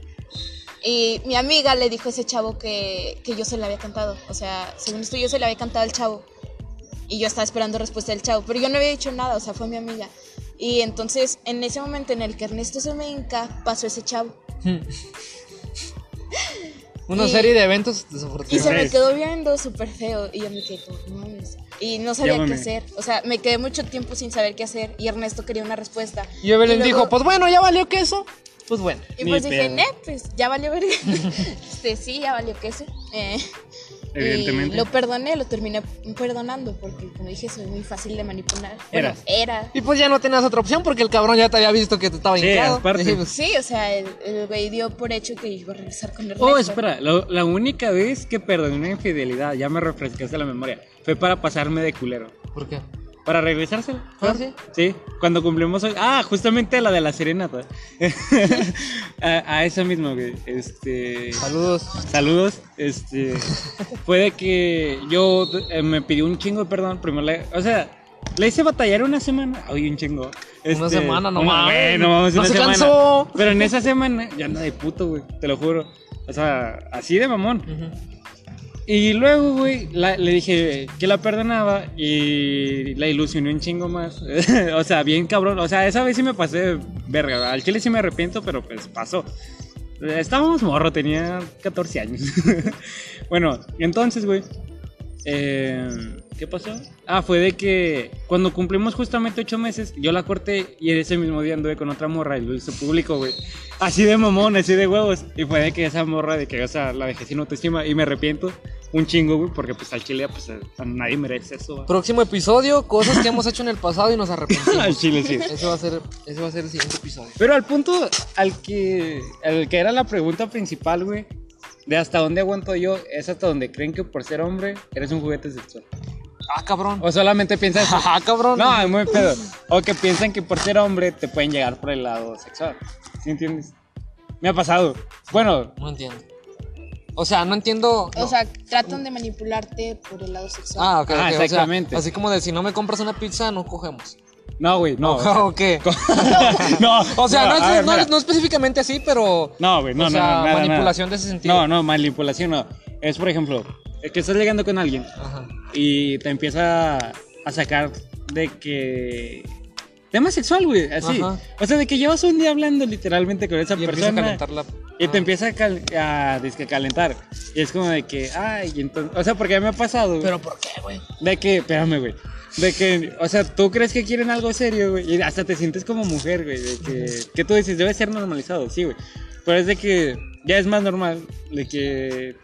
Y mi amiga le dijo a ese chavo que, que yo se la había cantado. O sea, según esto yo se la había cantado al chavo. Y yo estaba esperando respuesta del chavo, pero yo no había dicho nada, o sea, fue mi amiga. Y entonces, en ese momento en el que Ernesto se me hinca, pasó ese chavo. Una Y- serie de eventos Y se me desafortunados. quedó viendo súper feo y yo me quedé como, no mames. Y no sabía Llámame. qué hacer. O sea, me quedé mucho tiempo sin saber qué hacer y Ernesto quería una respuesta. Y Evelyn luego- dijo, pues bueno, ya valió queso. Pues bueno. Y Ni pues dije, pedo. "Ne, pues ya [laughs] valió verga. este, sí, ya valió queso. Eh, y Evidentemente. lo perdoné, lo terminé perdonando porque, como dije, soy muy fácil de manipular. Eras. Era. Y pues ya no tenías otra opción porque el cabrón ya te había visto que te estaba Sí, hincado. aparte. Dije, pues, Sí, o sea, el, el güey dio por hecho que iba a regresar con Ernesto. Oh, espera, la, la única vez que perdoné una infidelidad, ya me refrescaste la memoria, fue para pasarme de culero. ¿Por qué? Para regresársela. Ah, ¿sí? Sí, cuando cumplimos. hoy- Ah, justamente la de la serenata. [laughs] a, a esa misma, güey. Este. Saludos. Saludos. Este. Fue de que yo eh, me pidió un chingo de perdón. Primero, le- o sea, le hice batallar una semana. Oye, un chingo. este, Una semana, no una- mames. güey, no mames, No una se semana. cansó. Pero en esa semana, yo ando de puto, güey. Te lo juro. O sea, así de mamón. Y luego, güey, la- le dije que la perdonaba y la ilusioné un chingo más. [laughs] o sea, bien cabrón. O sea, esa vez sí me pasé de verga. Al chile sí me arrepiento, pero pues pasó. Estábamos morro, tenía 14 años. [laughs] bueno, entonces, güey. eh, ¿Qué pasó? Ah, fue de que cuando cumplimos justamente 8 meses, yo la corté y ese mismo día anduve con otra morra y lo hizo público, güey. Así de mamón, así de huevos. Y fue de que esa morra, de que, o sea, la dejé sin autoestima y me arrepiento un chingo, güey, porque pues al chile, pues a nadie merece eso. güey. Próximo episodio, cosas que hemos hecho en el pasado y nos [laughs] al [laughs] arrepentimos. chile, sí. Eso va a ser, eso va a ser el siguiente episodio. Pero al punto al que, al que era la pregunta principal, güey, de hasta dónde aguanto yo, es hasta donde creen que por ser hombre eres un juguete sexual. Ah, cabrón. [laughs] O solamente piensan. Ah, cabrón. no, es muy pedo. O que piensan que por ser hombre te pueden llegar por el lado sexual. ¿Sí entiendes? Me ha pasado. Bueno, No entiendo. O sea, no entiendo. O no. sea, tratan de manipularte por el lado sexual. ah, ok, Ah, ok, o sea, exactamente. así como de si no me compras una pizza, no [laughs] cogemos. no, güey, [laughs] no. [laughs] ¿O qué? no, O sea, no, a es- ver, no mira. es- no específicamente así, pero. No, güey, no, o no, sea, no, nada, manipulación nada. de ese sentido. No, no, manipulación no. Es, por ejemplo, el que estás llegando con alguien Ajá. y te empieza a sacar de que. Tema sexual, güey, así. Ajá. O sea, de que llevas un día hablando literalmente con esa Y empieza a persona. calentar la. Y Ah. te empieza a, cal- a dizque calentar. Y es como de que, ay, y entonces. O sea, porque me ha pasado. güey, Pero ¿por qué, güey? De que, espérame, güey. De que, o sea, tú crees que quieren algo serio, güey. Y hasta te sientes como mujer, güey. De que, que tú dices, debe ser normalizado, sí, güey. Pero es de que ya es más normal de que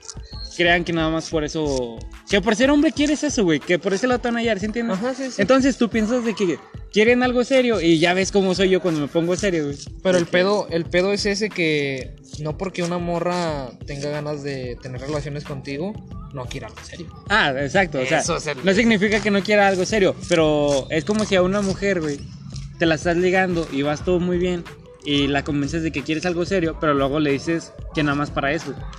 crean que nada más por eso. Que por ser hombre quieres eso, güey. Que por ese lado te van a hallar, ¿sí entiendes? Ajá, sí, sí. Entonces tú piensas de que quieren algo serio y ya ves cómo soy yo cuando me pongo serio, güey. Pero el pedo, el pedo es ese que no porque una morra tenga ganas de tener relaciones contigo, no quiera algo serio. Ah, exacto. O sea, Eso es el- no significa que no quiera algo serio, pero es como si a una mujer, güey, te la estás ligando y vas todo muy bien y la convences de que quieres algo serio, pero luego le dices que nada más para eso. Ah,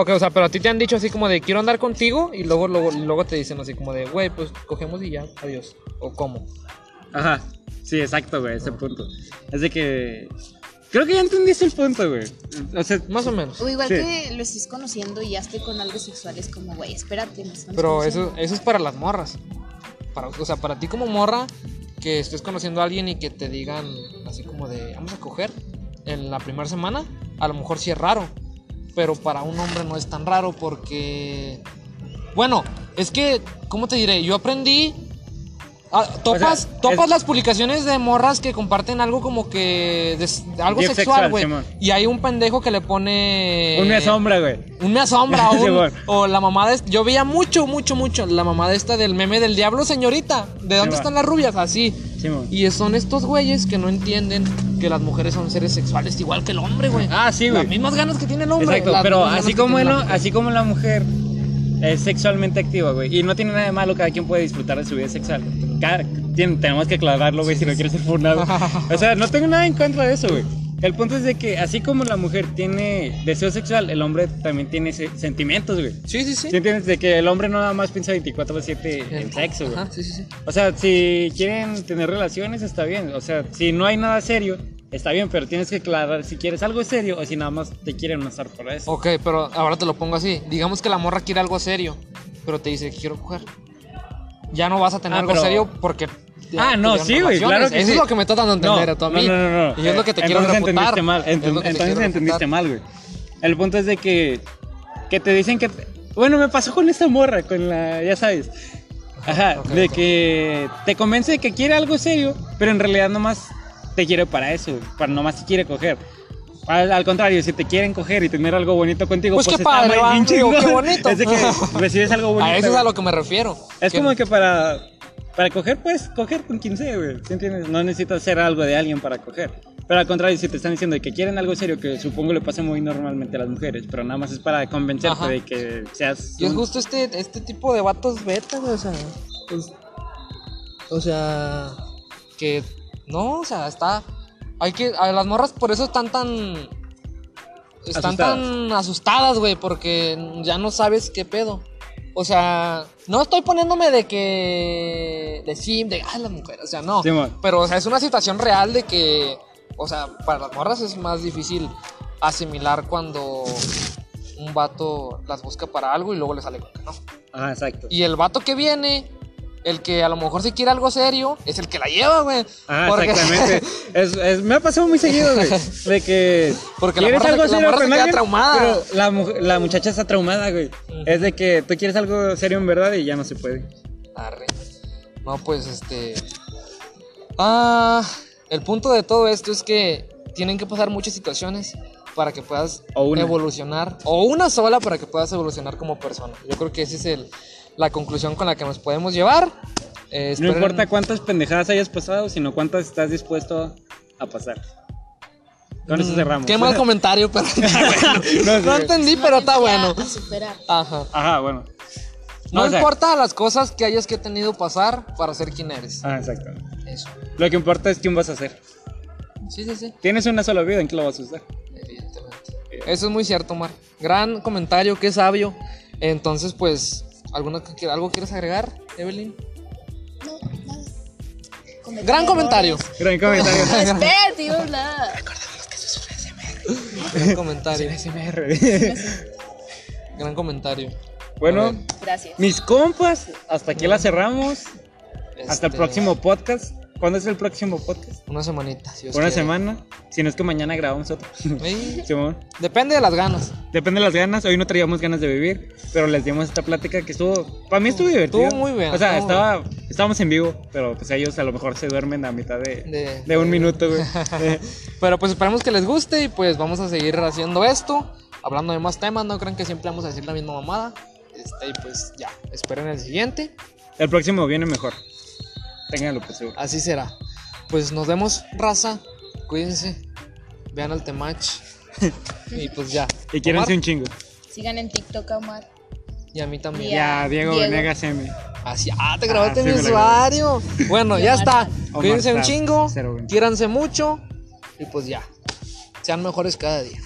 Ok, o sea, pero a ti te han dicho así como de quiero andar contigo y luego luego, luego te dicen así como de, güey, pues cogemos y ya, adiós. ¿O cómo? Ajá. Sí, exacto, güey, ese punto. Es de que. Creo que ya entendiste el punto, güey. O sea, Más o menos. O igual Sí. que lo estés conociendo y ya esté con algo sexual, es como, güey, espérate. nos estamos Pero conociendo". eso, eso es para las morras. Para, o sea, para ti como morra, que estés conociendo a alguien y que te digan así como de, vamos a coger en la primera semana, a lo mejor sí es raro. Pero para un hombre no es tan raro porque... Bueno, es que, ¿cómo te diré? Yo aprendí... ah, topas sea, topas es- las publicaciones de morras que comparten algo como que... des- algo Jeff sexual, sexual, güey. Simón. Y hay un pendejo que le pone... un me sombra, güey. Un me [laughs] asombra, un- Simón. o la mamada. es- Yo veía mucho, mucho, mucho la mamada esta del meme del diablo, señorita. ¿De dónde Simón. están las rubias? Así. Simón. Y son estos güeyes que no entienden que las mujeres son seres sexuales igual que el hombre, güey. Ah, sí, güey. Las mismas ganas que tiene el hombre. Exacto, las pero mismas ganas así que como, tiene el, la mujer. así como la mujer es sexualmente activa, güey, y no tiene nada de malo, cada quien puede disfrutar de su vida sexual. Cada, tien- tenemos que clavarlo, güey, si no quieres ser funado. O sea, no tengo nada en contra de eso, güey. El punto es de que así como la mujer tiene deseo sexual, el hombre también tiene se- sentimientos, güey. Sí, sí, sí. ¿Sí entiendes? De que el hombre no nada más piensa 24-7 en sexo, güey. Ajá, sí, sí, sí. O sea, si quieren tener relaciones, está bien. O sea, si no hay nada serio, está bien, pero tienes que aclarar si quieres algo serio o si nada más te quieren masar por eso. Ok, pero ahora te lo pongo así. Digamos que la morra quiere algo serio, pero te dice, quiero coger. Ya no vas a tener Ah, algo pero- serio porque... ya Ah, no, tuvieron sí, güey, relaciones. claro que Eso sí. es lo que me está dando a entender a tú a mí. No, no, no. no. Y es lo que te quiero Entonces refutar. entendiste mal. Es lo que te entonces quiero entendiste refutar. mal, güey. El punto es de que, que te dicen que... te- Bueno, me pasó con esta morra, con la... Ya sabes. Ajá, Ok, de ok. que te convence de que quiere algo serio, pero en realidad nomás te quiere para eso, para nomás te quiere coger. Al, al contrario, si te quieren coger y tener algo bonito contigo, Pues pues, qué está padre, muy va, [laughs] bien digo, qué chingón. bonito. Es [laughs] de que recibes algo bonito. A eso es güey. a lo que me refiero. Es como que para, para coger, pues, coger con quien sea, güey. ¿Sí entiendes? No necesitas hacer algo de alguien para coger. Pero al contrario, si te están diciendo que quieren algo serio, que supongo le pasa muy normalmente a las mujeres, pero nada más es para convencerte Ajá. de que seas... Y es un- justo este, este tipo de vatos beta, güey, o sea. pues, o sea. Que. No, o sea, está. Hay que. A las morras por eso están tan. Están tan asustadas, güey, porque ya no sabes qué pedo. O sea, no estoy poniéndome de que. De sim, de. Ay, las mujeres, o sea, no. Simón. Pero, o sea, es una situación real de que. O sea, para las morras es más difícil asimilar cuando un vato las busca para algo y luego le sale con que no. Ah, exacto. Y el vato que viene, el que a lo mejor se quiere algo serio, es el que la lleva, güey. Ah, Porque- [laughs] exactamente. Es- es- me ha pasado muy seguido, güey. De que. Porque la morra se- la morra se con queda alguien, traumada. Pero la, mu- la muchacha está traumada, güey. Es de que tú quieres algo serio en verdad y ya no se puede. Arre. No, pues este. Ah, el punto de todo esto es que tienen que pasar muchas situaciones para que puedas O una. evolucionar. O una sola para que puedas evolucionar como persona. Yo creo que esa es el, la conclusión con la que nos podemos llevar. Eh, No esperen- importa cuántas pendejadas hayas pasado, sino cuántas estás dispuesto a pasar. Con eso Mm, cerramos. Qué [laughs] mal comentario, pero. sé. no entendí, pero está bueno. A superar. Ajá. Ajá, bueno. No, o sea- importa las cosas que hayas que tenido pasar para ser quien eres. Ah, exacto. Eso. Lo que importa es quién vas a hacer. Sí, sí, sí. Tienes una sola vida, ¿en qué la vas a usar? Evidentemente. Eso es muy cierto, Mar. Gran comentario, qué sabio. Entonces, pues, ¿alguna, que- ¿algo quieres agregar, Evelyn? No, nada. Cometer Gran comentario. errores. [laughs] Gran comentario. Espera, tío, bla. Gran comentario. gran comentario. bueno, Gracias. mis compas, hasta aquí la cerramos. Hasta Este, el próximo podcast. ¿Cuándo es el próximo podcast? Una semanita, si Dios Una quiere. semana. Si no es que mañana grabamos otro. [laughs] Ey, Simón. depende de las ganas. Depende de las ganas. Hoy no traíamos ganas de vivir, pero les dimos esta plática que estuvo. Para mí estuvo divertido. Estuvo muy bien, O sea, estuvo estaba, estábamos en vivo, pero pues ellos a lo mejor se duermen a mitad de, De- de un [laughs] minuto, güey. Eh, Pero pues esperemos que les guste y pues vamos a seguir haciendo esto, hablando de más temas, no crean que siempre vamos a decir la misma mamada. Este, y pues ya, esperen el siguiente, el próximo viene mejor. Ténganlo por seguro. así será. Pues nos vemos, raza, cuídense, vean al [laughs] temach y pues ya. Y quieren Omar, un chingo. Sigan en TikTok a Omar. Y a mí también. Ya, Ya, Diego, Diego. Venegas M. Así, ah, te grabaste Ah, sí mi me la usuario. [laughs] Bueno, Y ya Omar está. Sanz. Omar Cuídense un Sanz, chingo, cero veinte. quiéranse mucho y pues ya. Sean mejores cada día.